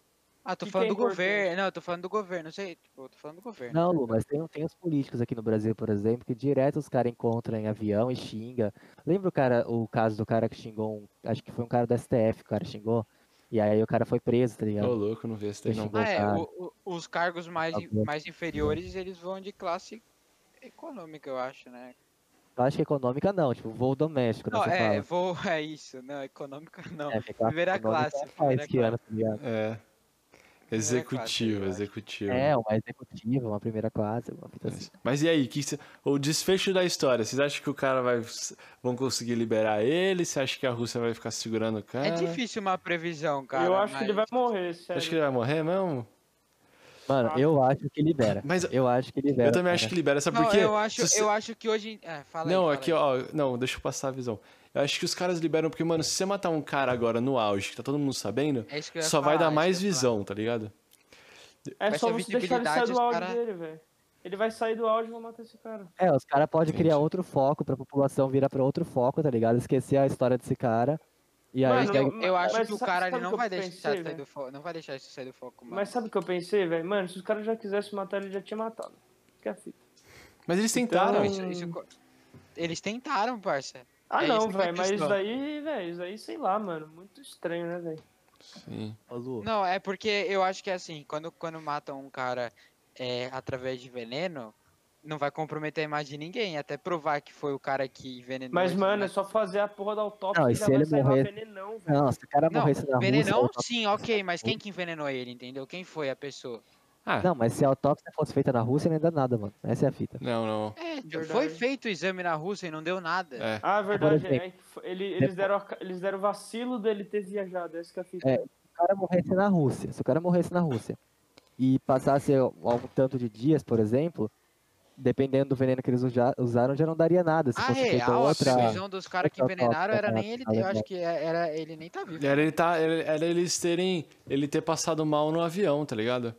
Speaker 2: Ah, tô
Speaker 4: que que
Speaker 2: falando
Speaker 4: é
Speaker 2: do
Speaker 4: importante?
Speaker 2: governo. Não, eu tô falando do governo, não sei. Tipo, eu tô falando do governo.
Speaker 3: Não, Lu, mas tem, tem os políticos aqui no Brasil, por exemplo, que direto os caras encontram em avião e xinga. Lembra o cara, o caso do cara que xingou um, acho que foi um cara do STF, que o cara xingou, e aí o cara foi preso, tá
Speaker 1: Ô,
Speaker 3: ligado?
Speaker 1: louco, não vê esse daí, não.
Speaker 3: Fechou.
Speaker 2: Ah, é.
Speaker 3: Bolsonaro.
Speaker 2: o- o- os cargos mais,
Speaker 3: Tá bom.
Speaker 2: mais inferiores, eles vão de classe econômica, eu acho, né?
Speaker 3: Eu acho que econômica não, tipo, voo doméstico, né?
Speaker 2: Não,
Speaker 3: você
Speaker 2: é,
Speaker 3: fala.
Speaker 2: voo <laughs> é isso. Não, econômica não.
Speaker 3: É, fica
Speaker 2: primeira
Speaker 3: econômica
Speaker 2: classe,
Speaker 3: faz
Speaker 2: primeira
Speaker 3: que ano, tá ligado?
Speaker 1: É. Executivo,
Speaker 2: eu acho.
Speaker 1: executivo.
Speaker 3: É, uma executiva, uma primeira classe, uma fita assim.
Speaker 1: Mas- Mas e aí, que cê- o desfecho da história? Vocês acham que o cara vai vão conseguir liberar ele? Você acha que a Rússia vai ficar segurando o cara?
Speaker 2: É difícil uma previsão, cara.
Speaker 4: eu acho que ele vai
Speaker 2: mas-
Speaker 4: morrer, sério.
Speaker 1: Acho que ele vai morrer mesmo?
Speaker 3: Mano,
Speaker 4: Ah.
Speaker 3: eu acho que libera.
Speaker 1: Mas-
Speaker 3: eu acho que libera.
Speaker 1: eu também acho
Speaker 3: cara.
Speaker 1: que libera, sabe por
Speaker 2: Não,
Speaker 1: quê?
Speaker 2: eu acho,
Speaker 1: Se você-
Speaker 2: eu acho que hoje. em- É, fala
Speaker 1: Não,
Speaker 2: aí, fala
Speaker 1: aqui,
Speaker 2: aí.
Speaker 1: ó. Não, deixa eu passar a visão. Eu acho que os caras liberam, porque, mano, se você matar um cara agora no auge, que tá todo mundo sabendo,
Speaker 2: É isso que eu ia
Speaker 1: só vai
Speaker 2: falar,
Speaker 1: dar
Speaker 2: isso
Speaker 1: mais
Speaker 2: que eu ia
Speaker 1: visão, tá ligado?
Speaker 4: É
Speaker 2: Vai
Speaker 4: só
Speaker 2: ser
Speaker 4: você deixar ele sair
Speaker 2: visibilidade,
Speaker 4: do
Speaker 2: os
Speaker 4: áudio
Speaker 2: cara-
Speaker 4: dele, velho. Ele vai sair do áudio e vai matar esse cara.
Speaker 3: É, os caras podem
Speaker 1: Entendi.
Speaker 3: criar outro foco pra população virar pra outro foco, tá ligado? Esquecer a história desse cara. E aí
Speaker 4: Mano,
Speaker 3: pega-
Speaker 2: Eu, eu acho
Speaker 4: Mas
Speaker 2: que o
Speaker 4: sabe-
Speaker 2: cara ele
Speaker 4: sabe o
Speaker 2: não
Speaker 4: que eu
Speaker 2: vai deixar
Speaker 4: pensei,
Speaker 2: sair
Speaker 4: velho?
Speaker 2: do foco. Não vai deixar isso sair do foco, mano.
Speaker 4: Mas sabe o que eu pensei, velho? Mano, se os caras já quisessem matar, ele já tinha matado. Que a fita.
Speaker 1: Mas eles
Speaker 2: Não,
Speaker 1: tentaram.
Speaker 3: Então,
Speaker 2: isso- isso co- Eles tentaram, parça.
Speaker 4: Ah,
Speaker 2: É
Speaker 4: não,
Speaker 2: isso que é a
Speaker 4: velho, mas
Speaker 2: questão.
Speaker 4: isso daí, velho, isso daí, sei lá, mano. Muito estranho, né, velho?
Speaker 1: Sim.
Speaker 3: Ô, Lu,
Speaker 2: Não, é porque eu acho que é assim, quando, quando matam um cara é, através de veneno, não vai comprometer a imagem de ninguém, até provar que foi o cara que envenenou.
Speaker 4: Mas,
Speaker 2: ele,
Speaker 4: mano,
Speaker 2: né?
Speaker 4: é só fazer a porra da autópsia
Speaker 3: Não, e
Speaker 4: já
Speaker 3: se
Speaker 4: vai
Speaker 3: ele
Speaker 4: sair lá
Speaker 3: morrer-
Speaker 4: venenão, velho.
Speaker 3: não, se o cara
Speaker 2: Não, é um
Speaker 3: morresse na
Speaker 2: venenão,
Speaker 3: Rússia...
Speaker 2: sim, ok, mas quem que envenenou ele, entendeu? Quem foi a pessoa?
Speaker 1: Ah,
Speaker 3: Não, mas se a autópsia fosse feita na Rússia, não ia dar nada, mano. Essa é a fita.
Speaker 1: não, não.
Speaker 2: É,
Speaker 4: Verdade.
Speaker 2: foi feito o exame na Rússia e não deu nada.
Speaker 1: É.
Speaker 4: Ah,
Speaker 3: Agora,
Speaker 4: verdade.
Speaker 3: gente,
Speaker 4: é que foi- ele, eles, deram, a ca- eles deram o vacilo dele ter viajado. Essa que é a fita.
Speaker 3: É. Se o cara morresse na Rússia, se o cara morresse na Rússia e passasse algum tanto de dias, por exemplo, dependendo do veneno que eles uja- usaram, já não daria nada. Se
Speaker 2: A
Speaker 3: fosse feita
Speaker 2: real, Ah, é, a
Speaker 3: outra...
Speaker 2: previsão dos caras que
Speaker 3: outra
Speaker 2: envenenaram
Speaker 3: autópsia
Speaker 2: era
Speaker 3: na-
Speaker 2: nem ele,
Speaker 3: na
Speaker 2: eu acho
Speaker 3: Alemanha.
Speaker 2: que era ele nem tá vivo.
Speaker 1: Era, ele tá, era, era eles terem. Ele ter passado mal no avião, tá ligado?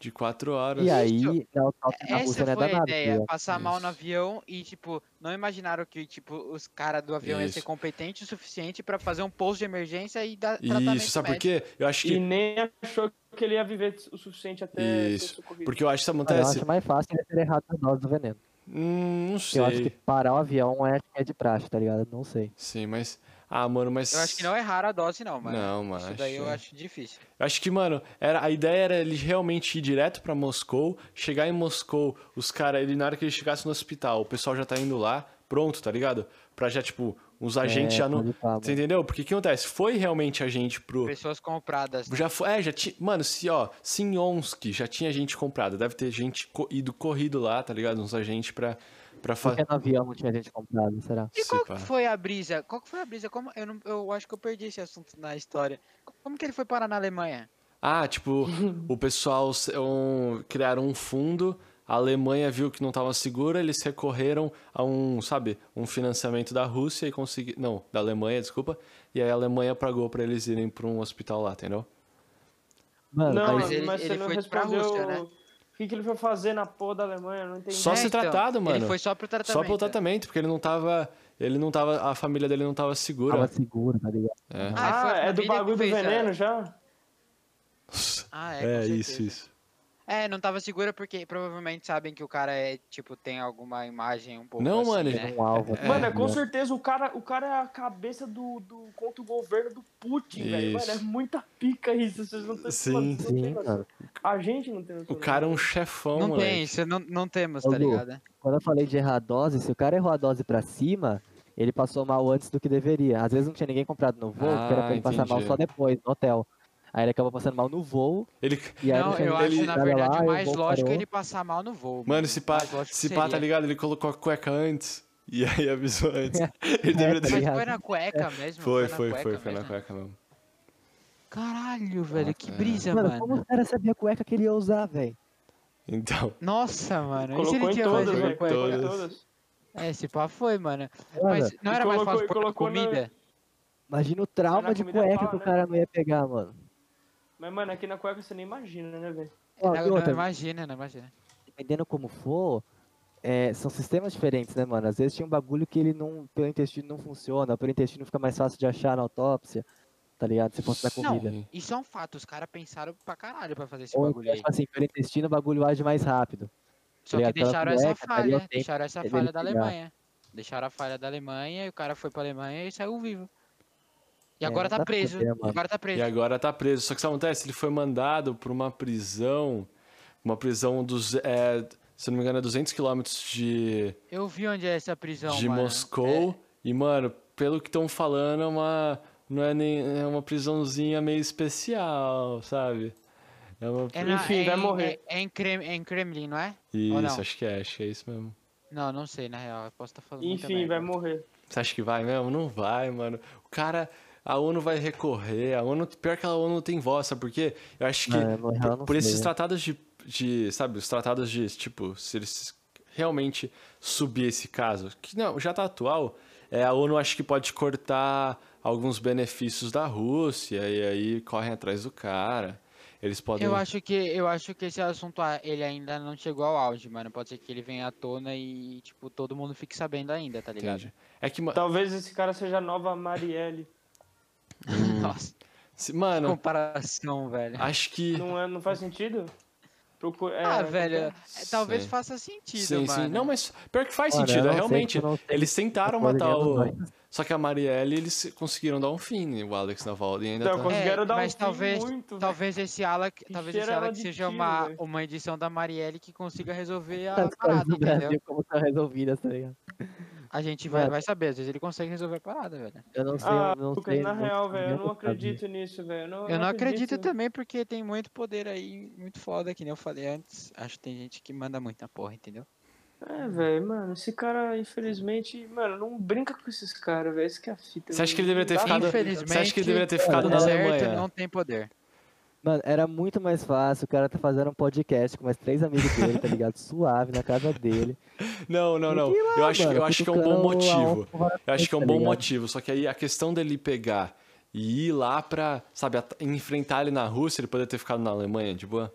Speaker 1: De quatro horas.
Speaker 3: E aí, na autópsia na Rússia
Speaker 2: Essa
Speaker 3: não é ia dar
Speaker 2: foi a
Speaker 3: nada.
Speaker 2: ideia,
Speaker 3: entendeu?
Speaker 2: passar mal
Speaker 1: Isso.
Speaker 2: no avião e, tipo, não imaginaram que, tipo, os caras do avião iam ser
Speaker 1: Isso.
Speaker 2: competentes o suficiente pra fazer um posto de emergência e dar tratamento
Speaker 1: Isso, sabe por
Speaker 2: médico.
Speaker 1: quê? Eu acho
Speaker 4: E
Speaker 2: tipo
Speaker 1: que.
Speaker 4: nem achou que ele ia viver o suficiente até
Speaker 1: Isso,
Speaker 4: ser socorrido.
Speaker 1: Porque eu acho que isso
Speaker 3: Mano, Ah, eu
Speaker 1: acontece.
Speaker 3: acho mais fácil ele ter errado a dose do veneno.
Speaker 1: Hum, não
Speaker 3: Eu acho que
Speaker 1: sei.
Speaker 3: parar o avião é, é de praxe, tá ligado? Não sei.
Speaker 1: Sim, mas. Ah, mano, mas.
Speaker 2: Eu acho que não é raro a dose, não, mano.
Speaker 1: Não, mano.
Speaker 2: Isso daí eu
Speaker 1: é-
Speaker 2: acho difícil.
Speaker 1: Eu Acho que, mano, era, a ideia era ele realmente ir direto pra Moscou, chegar em Moscou, os caras, ele na hora que ele chegasse no hospital, o pessoal já tá indo lá, pronto, tá ligado? Pra já, tipo, os agentes
Speaker 3: É,
Speaker 1: já não.
Speaker 3: pode pá,
Speaker 1: Você
Speaker 3: mano.
Speaker 1: entendeu? Porque o que acontece? Foi realmente agente pro.
Speaker 2: Pessoas compradas. né?
Speaker 1: Já foi. É, já tinha. Mano, se, ó, Sinionski já tinha gente comprada. Deve ter gente co- ido corrido lá, tá ligado? Uns agentes pra, pra
Speaker 3: Por
Speaker 1: fazer.
Speaker 3: que no avião não tinha gente comprada, será?
Speaker 2: E qual que foi a brisa? Qual que foi a brisa? Como... Eu, não... eu acho que eu perdi esse assunto na história. Como que ele foi parar na Alemanha?
Speaker 1: Ah, tipo, o pessoal se- um- criaram um fundo, a Alemanha viu que não estava segura, eles recorreram a um, sabe, um financiamento da Rússia e conseguiram. Não, da Alemanha, desculpa. E aí a Alemanha pagou pra eles irem pra um hospital lá, entendeu?
Speaker 3: Mano, mas
Speaker 4: Não, mas, é
Speaker 2: ele-
Speaker 4: você
Speaker 2: ele
Speaker 4: não
Speaker 2: foi pra
Speaker 4: respondeu
Speaker 2: Rússia, né?
Speaker 4: o que, que ele foi fazer na porra da Alemanha, eu não entendi.
Speaker 1: Só
Speaker 2: É,
Speaker 1: se
Speaker 2: então,
Speaker 1: tratado, mano.
Speaker 2: Ele foi só pro tratamento. é.
Speaker 1: Só pelo tratamento, porque ele não tava. Ele não tava. A família dele não tava
Speaker 3: tava
Speaker 1: segura.
Speaker 3: seguro, tá ligado?
Speaker 1: É.
Speaker 2: Ah, foi
Speaker 4: Ah,
Speaker 2: a
Speaker 4: é
Speaker 2: família
Speaker 4: do
Speaker 2: que
Speaker 4: bagulho do
Speaker 2: fez a-
Speaker 4: veneno já?
Speaker 1: <laughs>
Speaker 2: Ah, é, com
Speaker 1: É,
Speaker 2: certeza.
Speaker 1: isso, isso.
Speaker 2: É, não tava segura porque provavelmente sabem que o cara é, tipo, tem alguma imagem um pouco
Speaker 1: Não,
Speaker 2: assim,
Speaker 1: mano,
Speaker 2: né?
Speaker 3: Um alvo. tá
Speaker 4: Mano, é, com
Speaker 3: ligado?
Speaker 4: certeza o cara, o cara é a cabeça do, do contra o governo do Putin, velho. Mano, é
Speaker 1: Isso.
Speaker 4: muita pica isso. Vocês não têm
Speaker 1: Sim.
Speaker 4: mano, vocês não têm
Speaker 3: Sim,
Speaker 4: noção.
Speaker 3: mano.
Speaker 4: A gente não tem
Speaker 1: O
Speaker 4: noção.
Speaker 1: cara é um chefão,
Speaker 2: Não
Speaker 1: moleque.
Speaker 2: tem, isso é- não, não temos,
Speaker 3: Ô,
Speaker 2: tá
Speaker 3: Lu.
Speaker 2: ligado?
Speaker 3: Quando eu falei de errar a dose, se o cara errou a dose pra cima, ele passou mal antes do que deveria. Às vezes não tinha ninguém comprado no voo, porque era
Speaker 1: Ah,
Speaker 3: pra ele passar mal
Speaker 1: entendi.
Speaker 3: só depois, no hotel. Aí ele acabou passando mal no voo,
Speaker 1: Ele,
Speaker 3: e aí
Speaker 2: não,
Speaker 3: ele
Speaker 2: eu
Speaker 3: chegou
Speaker 2: acho,
Speaker 3: no
Speaker 2: na
Speaker 3: cara
Speaker 2: verdade,
Speaker 3: lá,
Speaker 2: o
Speaker 3: e
Speaker 2: mais
Speaker 3: voo
Speaker 2: lógico é
Speaker 3: parou.
Speaker 2: ele passar mal no voo.
Speaker 1: Mano, se pá,
Speaker 2: mais lógico
Speaker 1: se pá, tá
Speaker 2: seria.
Speaker 1: ligado? Ele colocou a cueca antes e aí avisou
Speaker 3: <laughs>
Speaker 1: antes. Ele deveria
Speaker 3: tá
Speaker 1: ter.
Speaker 2: Mas foi
Speaker 3: ligado?
Speaker 2: na cueca mesmo?
Speaker 1: Foi,
Speaker 2: na
Speaker 1: foi,
Speaker 2: cueca
Speaker 1: foi, foi na
Speaker 2: mesmo?
Speaker 1: cueca mesmo.
Speaker 2: Caralho, velho, que
Speaker 1: é.
Speaker 2: brisa,
Speaker 3: Mano,
Speaker 2: mano.
Speaker 3: como o cara sabia a cueca que ele ia usar, velho?
Speaker 1: Então,
Speaker 2: Nossa, mano, e se
Speaker 4: Colocou
Speaker 2: ele
Speaker 4: em
Speaker 2: tinha
Speaker 4: todas, né?
Speaker 2: mais uma
Speaker 4: velho.
Speaker 2: cueca?
Speaker 4: Colocou em
Speaker 1: Todas.
Speaker 4: todas.
Speaker 2: É, se pá, foi, mano.
Speaker 3: Mano,
Speaker 2: Mas não era mais
Speaker 4: colocou-
Speaker 2: fácil
Speaker 4: e
Speaker 2: pôr na
Speaker 4: colocou na-
Speaker 2: comida?
Speaker 3: imagina o trauma
Speaker 4: na
Speaker 3: de
Speaker 4: comida
Speaker 3: cueca
Speaker 4: fala,
Speaker 3: que o
Speaker 4: né?
Speaker 3: cara não ia pegar, mano.
Speaker 4: Mas, mano, aqui na cueca você nem imagina, né, velho?
Speaker 3: Ó, e
Speaker 2: Não, não, é
Speaker 3: outra,
Speaker 2: imagina, não imagina.
Speaker 3: dependendo como for, é, são sistemas diferentes, né, mano? Às vezes tinha um bagulho que ele não, pelo intestino não funciona, pelo intestino fica mais fácil de achar na autópsia, tá ligado? Se fosse na
Speaker 2: Não,
Speaker 3: comida.
Speaker 2: isso é um fato, os caras pensaram pra caralho pra fazer esse
Speaker 3: Ou
Speaker 2: bagulho
Speaker 3: então,
Speaker 2: aí.
Speaker 3: tipo assim, pelo intestino o bagulho age mais rápido.
Speaker 2: Só que
Speaker 3: ligado? Aquela
Speaker 2: deixaram essa
Speaker 3: cueca, daria
Speaker 2: falha,
Speaker 3: tempo
Speaker 2: deixaram essa
Speaker 3: dele
Speaker 2: falha da
Speaker 3: pegar.
Speaker 2: Alemanha. Deixaram a falha da Alemanha e o cara foi pra Alemanha e saiu vivo. E
Speaker 3: É,
Speaker 2: agora
Speaker 3: não
Speaker 2: tá
Speaker 3: dá pra
Speaker 2: preso.
Speaker 3: saber, mano.
Speaker 2: Agora tá
Speaker 1: e
Speaker 2: preso.
Speaker 1: agora tá preso. Só que sabe o que acontece? Ele foi mandado pra uma prisão. Uma prisão dos. É, se não me engano, é 200 quilômetros de,
Speaker 2: Eu vi onde é essa prisão,
Speaker 1: de
Speaker 2: mano. é-
Speaker 1: Moscou. E, mano, pelo que estão falando, é uma. Não é nem. É uma prisãozinha meio especial, sabe? É uma.
Speaker 2: É, é na-
Speaker 4: Enfim,
Speaker 2: é
Speaker 4: vai
Speaker 2: em-
Speaker 4: morrer.
Speaker 2: É, é em Krem- é em Kremlin, não é? ou
Speaker 1: Isso,
Speaker 2: não?
Speaker 1: acho que é, acho que é isso mesmo.
Speaker 2: Não, não sei, na real. Eu posso estar falando muita
Speaker 4: Enfim,
Speaker 2: merda.
Speaker 4: vai morrer.
Speaker 1: Você acha que vai mesmo? Não vai, mano. O cara. A ONU vai recorrer. A ONU. Pior que a ONU tem voz, sabe por quê? Eu acho que.
Speaker 3: Ah, eu não- eu
Speaker 1: por
Speaker 3: não
Speaker 1: por
Speaker 3: sei,
Speaker 1: esses
Speaker 3: né?
Speaker 1: tratados de, de. Sabe, os tratados de. Tipo, se eles realmente subir esse caso, que não, já tá atual, é, a ONU acho que pode cortar alguns benefícios da Rússia e aí correm atrás do cara. Eles podem.
Speaker 2: Eu acho que eu acho que esse assunto ah, ele ainda não chegou ao auge, mano. Pode ser que ele venha à tona e tipo todo mundo fique sabendo ainda, tá ligado? <laughs>
Speaker 1: Entende? É que, ma-
Speaker 4: Talvez esse cara seja a nova Marielle.
Speaker 2: Nossa,
Speaker 1: se- mano,
Speaker 2: comparação, velho.
Speaker 1: acho que.
Speaker 4: Não, é, não faz sentido? Procu- é,
Speaker 2: Ah, velho, é, talvez
Speaker 1: Sei.
Speaker 2: faça sentido,
Speaker 1: Sim,
Speaker 2: mano.
Speaker 1: sim. Não, mas pior que faz
Speaker 3: Mano, eu
Speaker 1: sentido, é
Speaker 3: não sei,
Speaker 1: realmente.
Speaker 3: eu não sei
Speaker 1: Eles tentaram
Speaker 3: Pode
Speaker 1: matar
Speaker 3: ganhar os
Speaker 1: o.
Speaker 3: dois.
Speaker 1: Só que a Marielle, eles conseguiram dar um fim, o Alex Navalny ainda
Speaker 4: Não,
Speaker 1: tá...
Speaker 2: consegui-
Speaker 4: conseguiram dar um
Speaker 2: mas
Speaker 4: fim
Speaker 2: talvez-
Speaker 4: muito.
Speaker 2: Talvez esse Alec, talvez esse
Speaker 4: cheira ela
Speaker 2: Alec
Speaker 4: de
Speaker 2: seja
Speaker 4: tiro,
Speaker 2: uma,
Speaker 4: velho.
Speaker 2: uma edição da Marielle que consiga
Speaker 1: <laughs>
Speaker 2: resolver a
Speaker 1: Tá
Speaker 3: As coisas
Speaker 2: parada,
Speaker 3: do
Speaker 2: entendeu?
Speaker 3: Brasil, como estão resolvidas, tá ligado?
Speaker 2: A gente vai,
Speaker 1: É.
Speaker 3: Mano.
Speaker 2: vai saber, às vezes ele consegue resolver a parada, velho.
Speaker 3: Eu não sei,
Speaker 4: Ah,
Speaker 3: eu não
Speaker 4: Lucas,
Speaker 3: sei.
Speaker 4: na
Speaker 3: não-
Speaker 4: real, velho, eu não
Speaker 3: vou saber.
Speaker 4: acredito nisso, velho.
Speaker 2: Eu não acredito também, porque tem muito poder aí, muito foda, que nem eu falei antes. Acho que tem gente que manda muito na porra, entendeu?
Speaker 4: É, velho, mano, esse cara, infelizmente, mano, não brinca com esses caras, velho. Isso que é a fita.
Speaker 1: Você acha que
Speaker 4: velho.
Speaker 1: ele deveria ter
Speaker 4: Não dá
Speaker 1: ficado-
Speaker 4: pra-
Speaker 2: Infelizmente,
Speaker 1: Você acha que ele deveria ter ficado na
Speaker 2: Tá certo,
Speaker 1: Alemanha?
Speaker 2: não tem poder.
Speaker 3: Mano, era muito mais fácil, o cara tá fazendo um podcast com mais três amigos dele, tá ligado? <laughs> Suave na casa dele.
Speaker 1: Não, não, não.
Speaker 3: Sei lá,
Speaker 1: Eu acho,
Speaker 3: mano,
Speaker 1: eu acho que é um bom
Speaker 3: cutucando a
Speaker 1: motivo.
Speaker 3: alma,
Speaker 1: Eu acho que é um
Speaker 3: tá
Speaker 1: bom
Speaker 3: ligado?
Speaker 1: motivo. Só que aí a questão dele pegar e ir lá pra, sabe, at- enfrentar ele na Rússia, ele poderia ter ficado na Alemanha, de boa?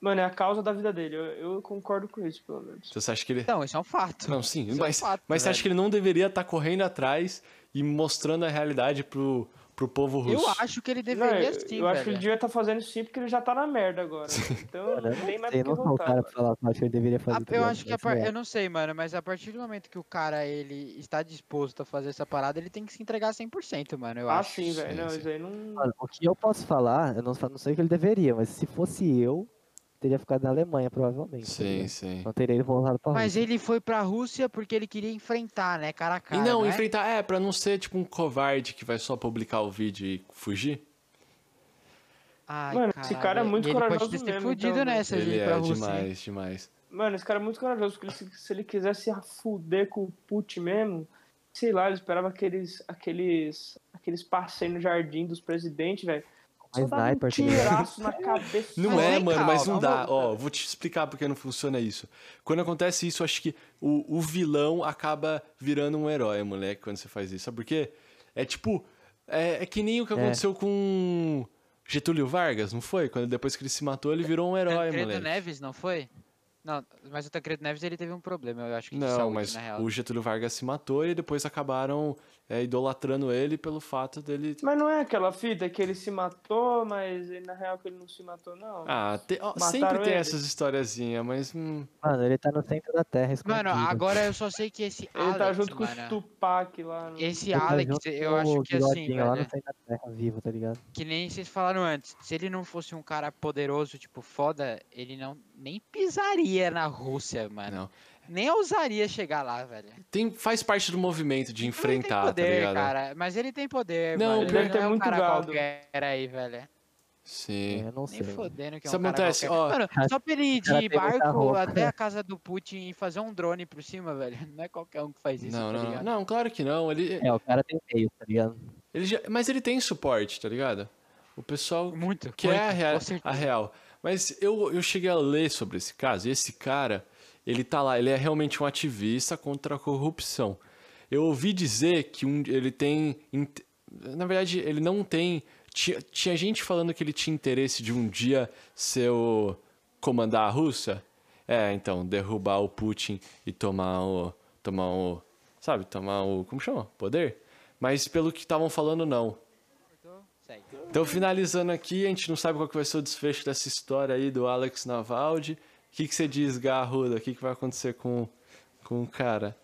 Speaker 4: Mano, é a causa da vida dele. Eu, eu concordo com isso, pelo menos.
Speaker 1: Então você acha que ele.
Speaker 2: Não, isso é um fato.
Speaker 1: Não, sim,
Speaker 2: Isso é um
Speaker 1: mas,
Speaker 2: fato,
Speaker 1: mas você acha
Speaker 2: velho.
Speaker 1: que ele não deveria estar correndo atrás e mostrando a realidade pro, pro povo russo?
Speaker 2: Eu acho que ele
Speaker 4: não,
Speaker 2: deveria
Speaker 4: eu,
Speaker 2: sim,
Speaker 4: eu acho que ele
Speaker 2: velho.
Speaker 4: devia estar fazendo isso sim, porque ele já tá na
Speaker 1: <laughs>
Speaker 4: merda agora. Então
Speaker 3: Cara,
Speaker 4: não tem mais
Speaker 3: Sei,
Speaker 4: o que
Speaker 3: não
Speaker 2: um
Speaker 3: sou o
Speaker 4: voltar.
Speaker 3: cara
Speaker 4: mano.
Speaker 3: pra falar o que eu acho que ele deveria fazer.
Speaker 2: A-
Speaker 3: tá
Speaker 2: Ah, eu
Speaker 3: ligado?
Speaker 2: acho que a
Speaker 3: Esse
Speaker 2: par-
Speaker 3: é.
Speaker 2: eu não sei, mano, mas a partir do momento que o cara ele está disposto a fazer essa parada, ele tem que se entregar 100%, mano, eu
Speaker 4: Ah,
Speaker 2: acho.
Speaker 4: sim, velho.
Speaker 1: Sim,
Speaker 4: Não,
Speaker 1: sim.
Speaker 4: isso aí não.
Speaker 3: Mano, o que eu posso falar, eu não, fa- não sei o que ele deveria, mas se fosse eu, teria ficado na Alemanha, provavelmente. tá
Speaker 1: Sim,
Speaker 3: ligado?
Speaker 1: sim.
Speaker 3: Não teria ido voltado pra
Speaker 2: Mas
Speaker 3: Rússia.
Speaker 2: ele foi pra Rússia porque ele queria enfrentar, né, cara a cara,
Speaker 1: e não,
Speaker 2: não é?
Speaker 1: enfrentar. É, pra não ser tipo um covarde que vai só publicar o vídeo e fugir.
Speaker 2: Ai,
Speaker 4: Mano, esse cara é
Speaker 2: velho,
Speaker 4: muito
Speaker 2: e ele pode
Speaker 4: corajoso
Speaker 2: ter se
Speaker 4: mesmo,
Speaker 2: fudido
Speaker 4: então,
Speaker 2: nessa de
Speaker 1: ele
Speaker 2: ir
Speaker 1: é
Speaker 2: pra Rússia. hein?
Speaker 1: demais, demais.
Speaker 4: Mano, esse cara é muito corajoso, porque se, se ele quisesse fuder com o Putin mesmo, sei lá, ele esperava aqueles. aqueles. aqueles passeios no jardim dos presidentes, velho. Só
Speaker 3: Mas
Speaker 4: dava um
Speaker 3: sniper, tá ligado?
Speaker 4: tiraço na cabeça.
Speaker 1: Não
Speaker 2: Mas
Speaker 1: é,
Speaker 2: vem
Speaker 1: mano,
Speaker 2: cá,
Speaker 1: mas não
Speaker 2: ó,
Speaker 1: dá.
Speaker 4: vamos-
Speaker 1: Ó, vou te explicar porque não funciona isso. Quando acontece isso, acho que o, o vilão acaba virando um herói, moleque, quando você faz isso. Sabe por quê? É tipo. É, é que nem o que
Speaker 3: É.
Speaker 1: aconteceu com Getúlio Vargas, não foi? Quando depois que ele se matou, ele virou um herói,
Speaker 2: Tancredo
Speaker 1: moleque.
Speaker 2: Neves, não foi? Não, mas o Tancredo Neves ele teve um problema, eu acho que de
Speaker 1: Não,
Speaker 2: saúde,
Speaker 1: mas
Speaker 2: na real.
Speaker 1: o Getúlio Vargas se matou e depois acabaram é, idolatrando ele pelo fato dele.
Speaker 4: Mas não é aquela fita que ele se matou, mas ele- na real que ele não se matou, não.
Speaker 1: Ah, te- ó,
Speaker 4: Mataram
Speaker 1: sempre tem
Speaker 4: ele.
Speaker 1: essas historiazinhas, mas. hum,
Speaker 3: Mano, ele tá no centro da terra,
Speaker 2: Mano,
Speaker 3: escondido.
Speaker 2: agora eu só sei que esse
Speaker 4: ele
Speaker 2: Alex,
Speaker 4: tá junto com
Speaker 2: mano,
Speaker 4: o Tupac lá. No...
Speaker 2: Esse
Speaker 3: Ele tá
Speaker 2: Alex,
Speaker 3: junto
Speaker 2: eu
Speaker 3: com
Speaker 2: acho
Speaker 3: o
Speaker 2: que assim,
Speaker 3: Guilhotinho lá
Speaker 2: velho,
Speaker 3: no centro da terra, vivo, tá ligado?
Speaker 2: que nem vocês falaram antes, se ele não fosse um cara poderoso, tipo, foda, ele não nem pisaria na Rússia, mano.
Speaker 1: Não.
Speaker 2: Nem ousaria chegar lá, velho.
Speaker 1: tem, faz parte do movimento de enfrentar,
Speaker 2: ele tem poder,
Speaker 1: tá ligado?
Speaker 2: cara. Mas ele tem poder,
Speaker 1: Não,
Speaker 2: mano.
Speaker 1: porque-
Speaker 2: Ele não
Speaker 4: Ele
Speaker 2: é
Speaker 4: é
Speaker 2: um
Speaker 4: muito
Speaker 2: cara
Speaker 4: gado.
Speaker 2: qualquer aí, velho.
Speaker 1: Sim.
Speaker 3: Eu não
Speaker 2: Nem
Speaker 3: sei.
Speaker 2: fodendo que é um
Speaker 1: Isso
Speaker 2: cara
Speaker 1: acontece,
Speaker 2: qualquer.
Speaker 1: ó.
Speaker 2: Mano, só pra ele ir
Speaker 3: cara
Speaker 2: de
Speaker 3: tem muita
Speaker 2: barco
Speaker 3: roupa.
Speaker 2: até a casa do Putin e fazer um drone por cima, velho. <laughs> Não é qualquer um que faz isso,
Speaker 1: Não,
Speaker 2: tá
Speaker 1: não,
Speaker 2: ligado?
Speaker 1: não, claro que não. Ele,
Speaker 3: É, o cara tem meio, tá ligado?
Speaker 1: ele já- mas ele tem suporte, tá ligado? O pessoal
Speaker 2: Muito,
Speaker 1: que
Speaker 2: muito,
Speaker 1: é a, rea-
Speaker 2: com certeza.
Speaker 1: a real. Mas eu, eu cheguei a ler sobre esse caso, e esse cara, ele tá lá, ele é realmente um ativista contra a corrupção. Eu ouvi dizer que um, ele tem. int- Na verdade, ele não tem. Tinha, tinha gente falando que ele tinha interesse de um dia ser o. comandar a Rússia. É, então, derrubar o Putin e tomar o. tomar o. sabe, tomar o. como chama? Poder? Mas pelo que estavam falando, não.
Speaker 2: Segue.
Speaker 1: Então, finalizando aqui, a gente não sabe qual que vai ser o desfecho dessa história aí do Alex Navaldi. O que, que você diz, Garruda? O que, que vai acontecer com, com o cara?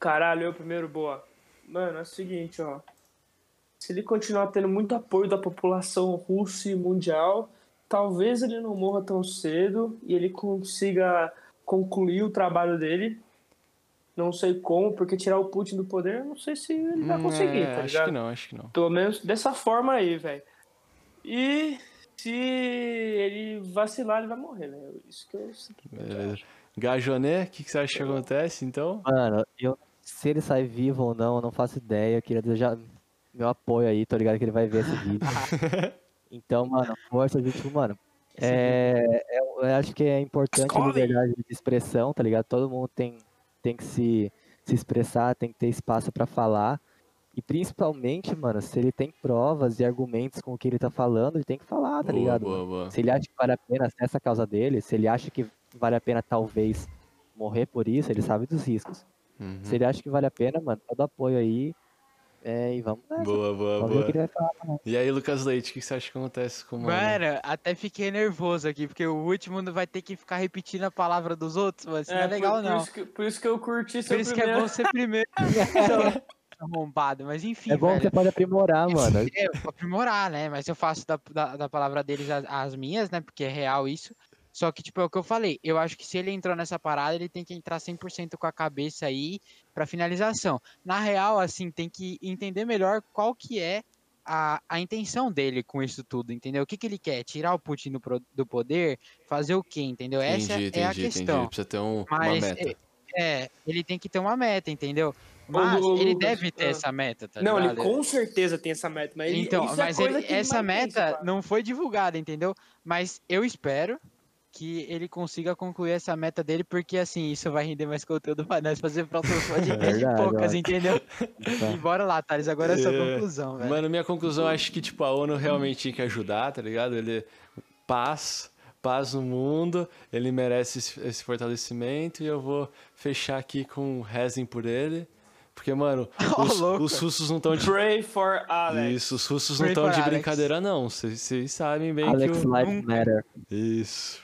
Speaker 4: Caralho, eu primeiro, boa. Mano, é o seguinte, ó. Se ele continuar tendo muito apoio da população russa e mundial, talvez ele não morra tão cedo e ele consiga concluir o trabalho dele. Não sei como, porque tirar o Putin do poder, eu não sei se ele vai
Speaker 1: Hum,
Speaker 4: conseguir,
Speaker 1: é,
Speaker 4: tá
Speaker 1: Acho
Speaker 4: ligado?
Speaker 1: que não, acho que não.
Speaker 4: Pelo menos dessa forma aí, velho. E se ele vacilar, ele vai morrer, velho. Isso que eu sinto.
Speaker 1: Beleza. Gajonê, o que, que você acha que acontece, então?
Speaker 3: Mano, eu, se ele sai vivo ou não, eu não faço ideia. Eu queria desejar meu apoio aí, tô ligado que ele vai ver
Speaker 1: <laughs>
Speaker 3: esse vídeo. então, mano, força, gente, tipo, mano. É, é- eu acho que é importante a
Speaker 4: Escolhe!
Speaker 3: liberdade de expressão, tá ligado? Todo mundo tem, tem que se, se expressar, tem que ter espaço pra falar. E principalmente, mano, se ele tem provas e argumentos com o que ele tá falando, ele tem que falar, tá
Speaker 1: boa,
Speaker 3: ligado?
Speaker 1: boa, boa.
Speaker 3: Se ele acha que vale a pena essa causa dele, se ele acha que vale a pena talvez morrer por isso, ele sabe dos riscos.
Speaker 1: Uhum.
Speaker 3: Se ele acha que vale a pena, mano, todo apoio aí. É, e vamos nessa.
Speaker 1: Boa, boa,
Speaker 3: Vamos ver o
Speaker 1: boa.
Speaker 3: que ele vai falar.
Speaker 1: E aí, Lucas Leite, o que você acha que acontece com o Mano?
Speaker 2: Mano, até fiquei nervoso aqui, porque o último não vai ter que ficar repetindo a palavra dos outros, mano. Isso não é legal,
Speaker 4: por,
Speaker 2: não.
Speaker 4: Por isso, que, por isso que eu curti seu
Speaker 2: Por isso que é
Speaker 4: primeiro.
Speaker 2: bom ser primeiro. <laughs> Arrombado, mas enfim,
Speaker 3: É bom que você
Speaker 2: velho.
Speaker 3: pode
Speaker 1: Ah,
Speaker 3: aprimorar, mano.
Speaker 2: É, pra aprimorar, né? Mas eu faço da, da, da palavra deles as, as minhas, né? Porque é real isso. Só que, tipo, é o que eu falei. Eu acho que se ele entrou nessa parada, ele tem que entrar 100% com a cabeça aí pra finalização. Na real, assim, tem que entender melhor qual que é a, a intenção dele com isso tudo, entendeu? O que, que ele quer? Tirar o Putin do, pro- do poder? Fazer o quê, entendeu? Essa
Speaker 1: entendi,
Speaker 2: é a
Speaker 1: entendi,
Speaker 2: questão.
Speaker 1: entendi. Precisa ter um- uma
Speaker 2: Mas
Speaker 1: meta.
Speaker 2: É, ele tem que ter uma meta, entendeu?
Speaker 4: Ô,
Speaker 2: Mas
Speaker 4: Lu- ô,
Speaker 2: ele
Speaker 4: Lucas,
Speaker 2: deve ter
Speaker 4: ah.
Speaker 2: essa meta, tá
Speaker 4: não, ele
Speaker 2: ligado?
Speaker 4: com certeza tem essa meta, mas ele-
Speaker 2: Então,
Speaker 4: isso é a
Speaker 2: mas
Speaker 4: coisa
Speaker 2: ele-
Speaker 4: que
Speaker 2: essa
Speaker 4: mais tem,
Speaker 2: meta
Speaker 4: cara.
Speaker 2: não foi divulgada, entendeu? Mas eu espero que ele consiga concluir essa meta dele, porque assim, isso vai render mais conteúdo pra nós fazer
Speaker 3: <laughs>
Speaker 2: próximos podcasts de
Speaker 3: verdade,
Speaker 2: poucas,
Speaker 3: mano. Tá.
Speaker 2: entendeu? E bora lá, Thales, agora é a sua
Speaker 1: É.
Speaker 2: conclusão, velho.
Speaker 1: Mano, minha conclusão, acho que, tipo, a ONU realmente tinha que ajudar, tá ligado? Ele... Paz, paz no mundo, ele merece esse, esse fortalecimento e eu vou fechar aqui com rezem por ele, porque, mano,
Speaker 2: Ô,
Speaker 1: os,
Speaker 2: louco.
Speaker 1: os russos não estão de...
Speaker 4: Pray for <laughs> Alex.
Speaker 1: Isso, os russos
Speaker 2: Pray
Speaker 1: não estão
Speaker 2: for
Speaker 1: de
Speaker 2: Alex.
Speaker 1: brincadeira, não. Vocês vocês sabem bem
Speaker 3: Alex
Speaker 1: que... o-
Speaker 3: Life Matter.
Speaker 1: Isso.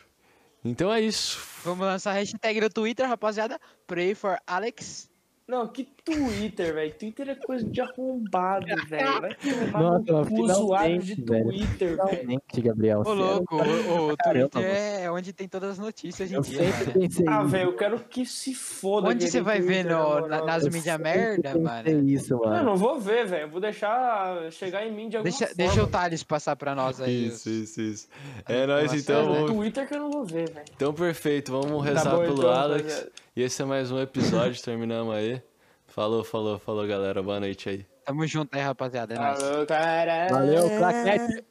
Speaker 1: Então é isso.
Speaker 2: Vamos lançar a hashtag no Twitter, rapaziada. Pray for Alex.
Speaker 4: Não, que Twitter, velho. Twitter é coisa
Speaker 2: <laughs>
Speaker 4: de arrombado, velho. Vai tomar
Speaker 3: Nossa,
Speaker 4: no cu, usuário de
Speaker 3: finalmente, velho.
Speaker 4: Twitter, velho.
Speaker 3: Finalmente, Gabriel.
Speaker 2: Ô,
Speaker 3: você é
Speaker 2: louco, o, o
Speaker 3: Caramba,
Speaker 2: Twitter é onde tem todas as notícias hoje em
Speaker 3: Eu
Speaker 2: dia,
Speaker 3: sempre
Speaker 2: mano.
Speaker 3: pensei
Speaker 4: Ah,
Speaker 3: isso.
Speaker 4: velho, eu quero que se foda.
Speaker 2: Onde
Speaker 4: aquele
Speaker 2: você vai ver
Speaker 4: Twitter,
Speaker 2: no- na-
Speaker 4: moral,
Speaker 2: nas
Speaker 4: velho.
Speaker 3: Eu
Speaker 2: mídias
Speaker 3: sempre
Speaker 2: merda,
Speaker 3: pensei
Speaker 2: mano?
Speaker 3: isso,
Speaker 4: Não, eu
Speaker 3: mano.
Speaker 4: não vou ver, velho. Eu Vou deixar chegar em mim de alguma
Speaker 2: Deixa,
Speaker 4: forma.
Speaker 2: deixa o Thales passar pra nós aí.
Speaker 1: Isso, isso, isso. É nóis,
Speaker 2: Nossa,
Speaker 1: então.
Speaker 2: né?
Speaker 1: vamos-
Speaker 4: É no Twitter que eu não vou ver, velho.
Speaker 1: Então, perfeito. Vamos rezar
Speaker 4: bom,
Speaker 1: pelo
Speaker 4: então,
Speaker 1: Alex.
Speaker 4: rapaziada.
Speaker 1: E esse é mais um episódio. Terminamos aí. Falou, falou, falou, galera. Boa noite aí.
Speaker 2: Tamo junto aí, rapaziada. É nóis.
Speaker 4: Alô, cara.
Speaker 3: Valeu, craquete.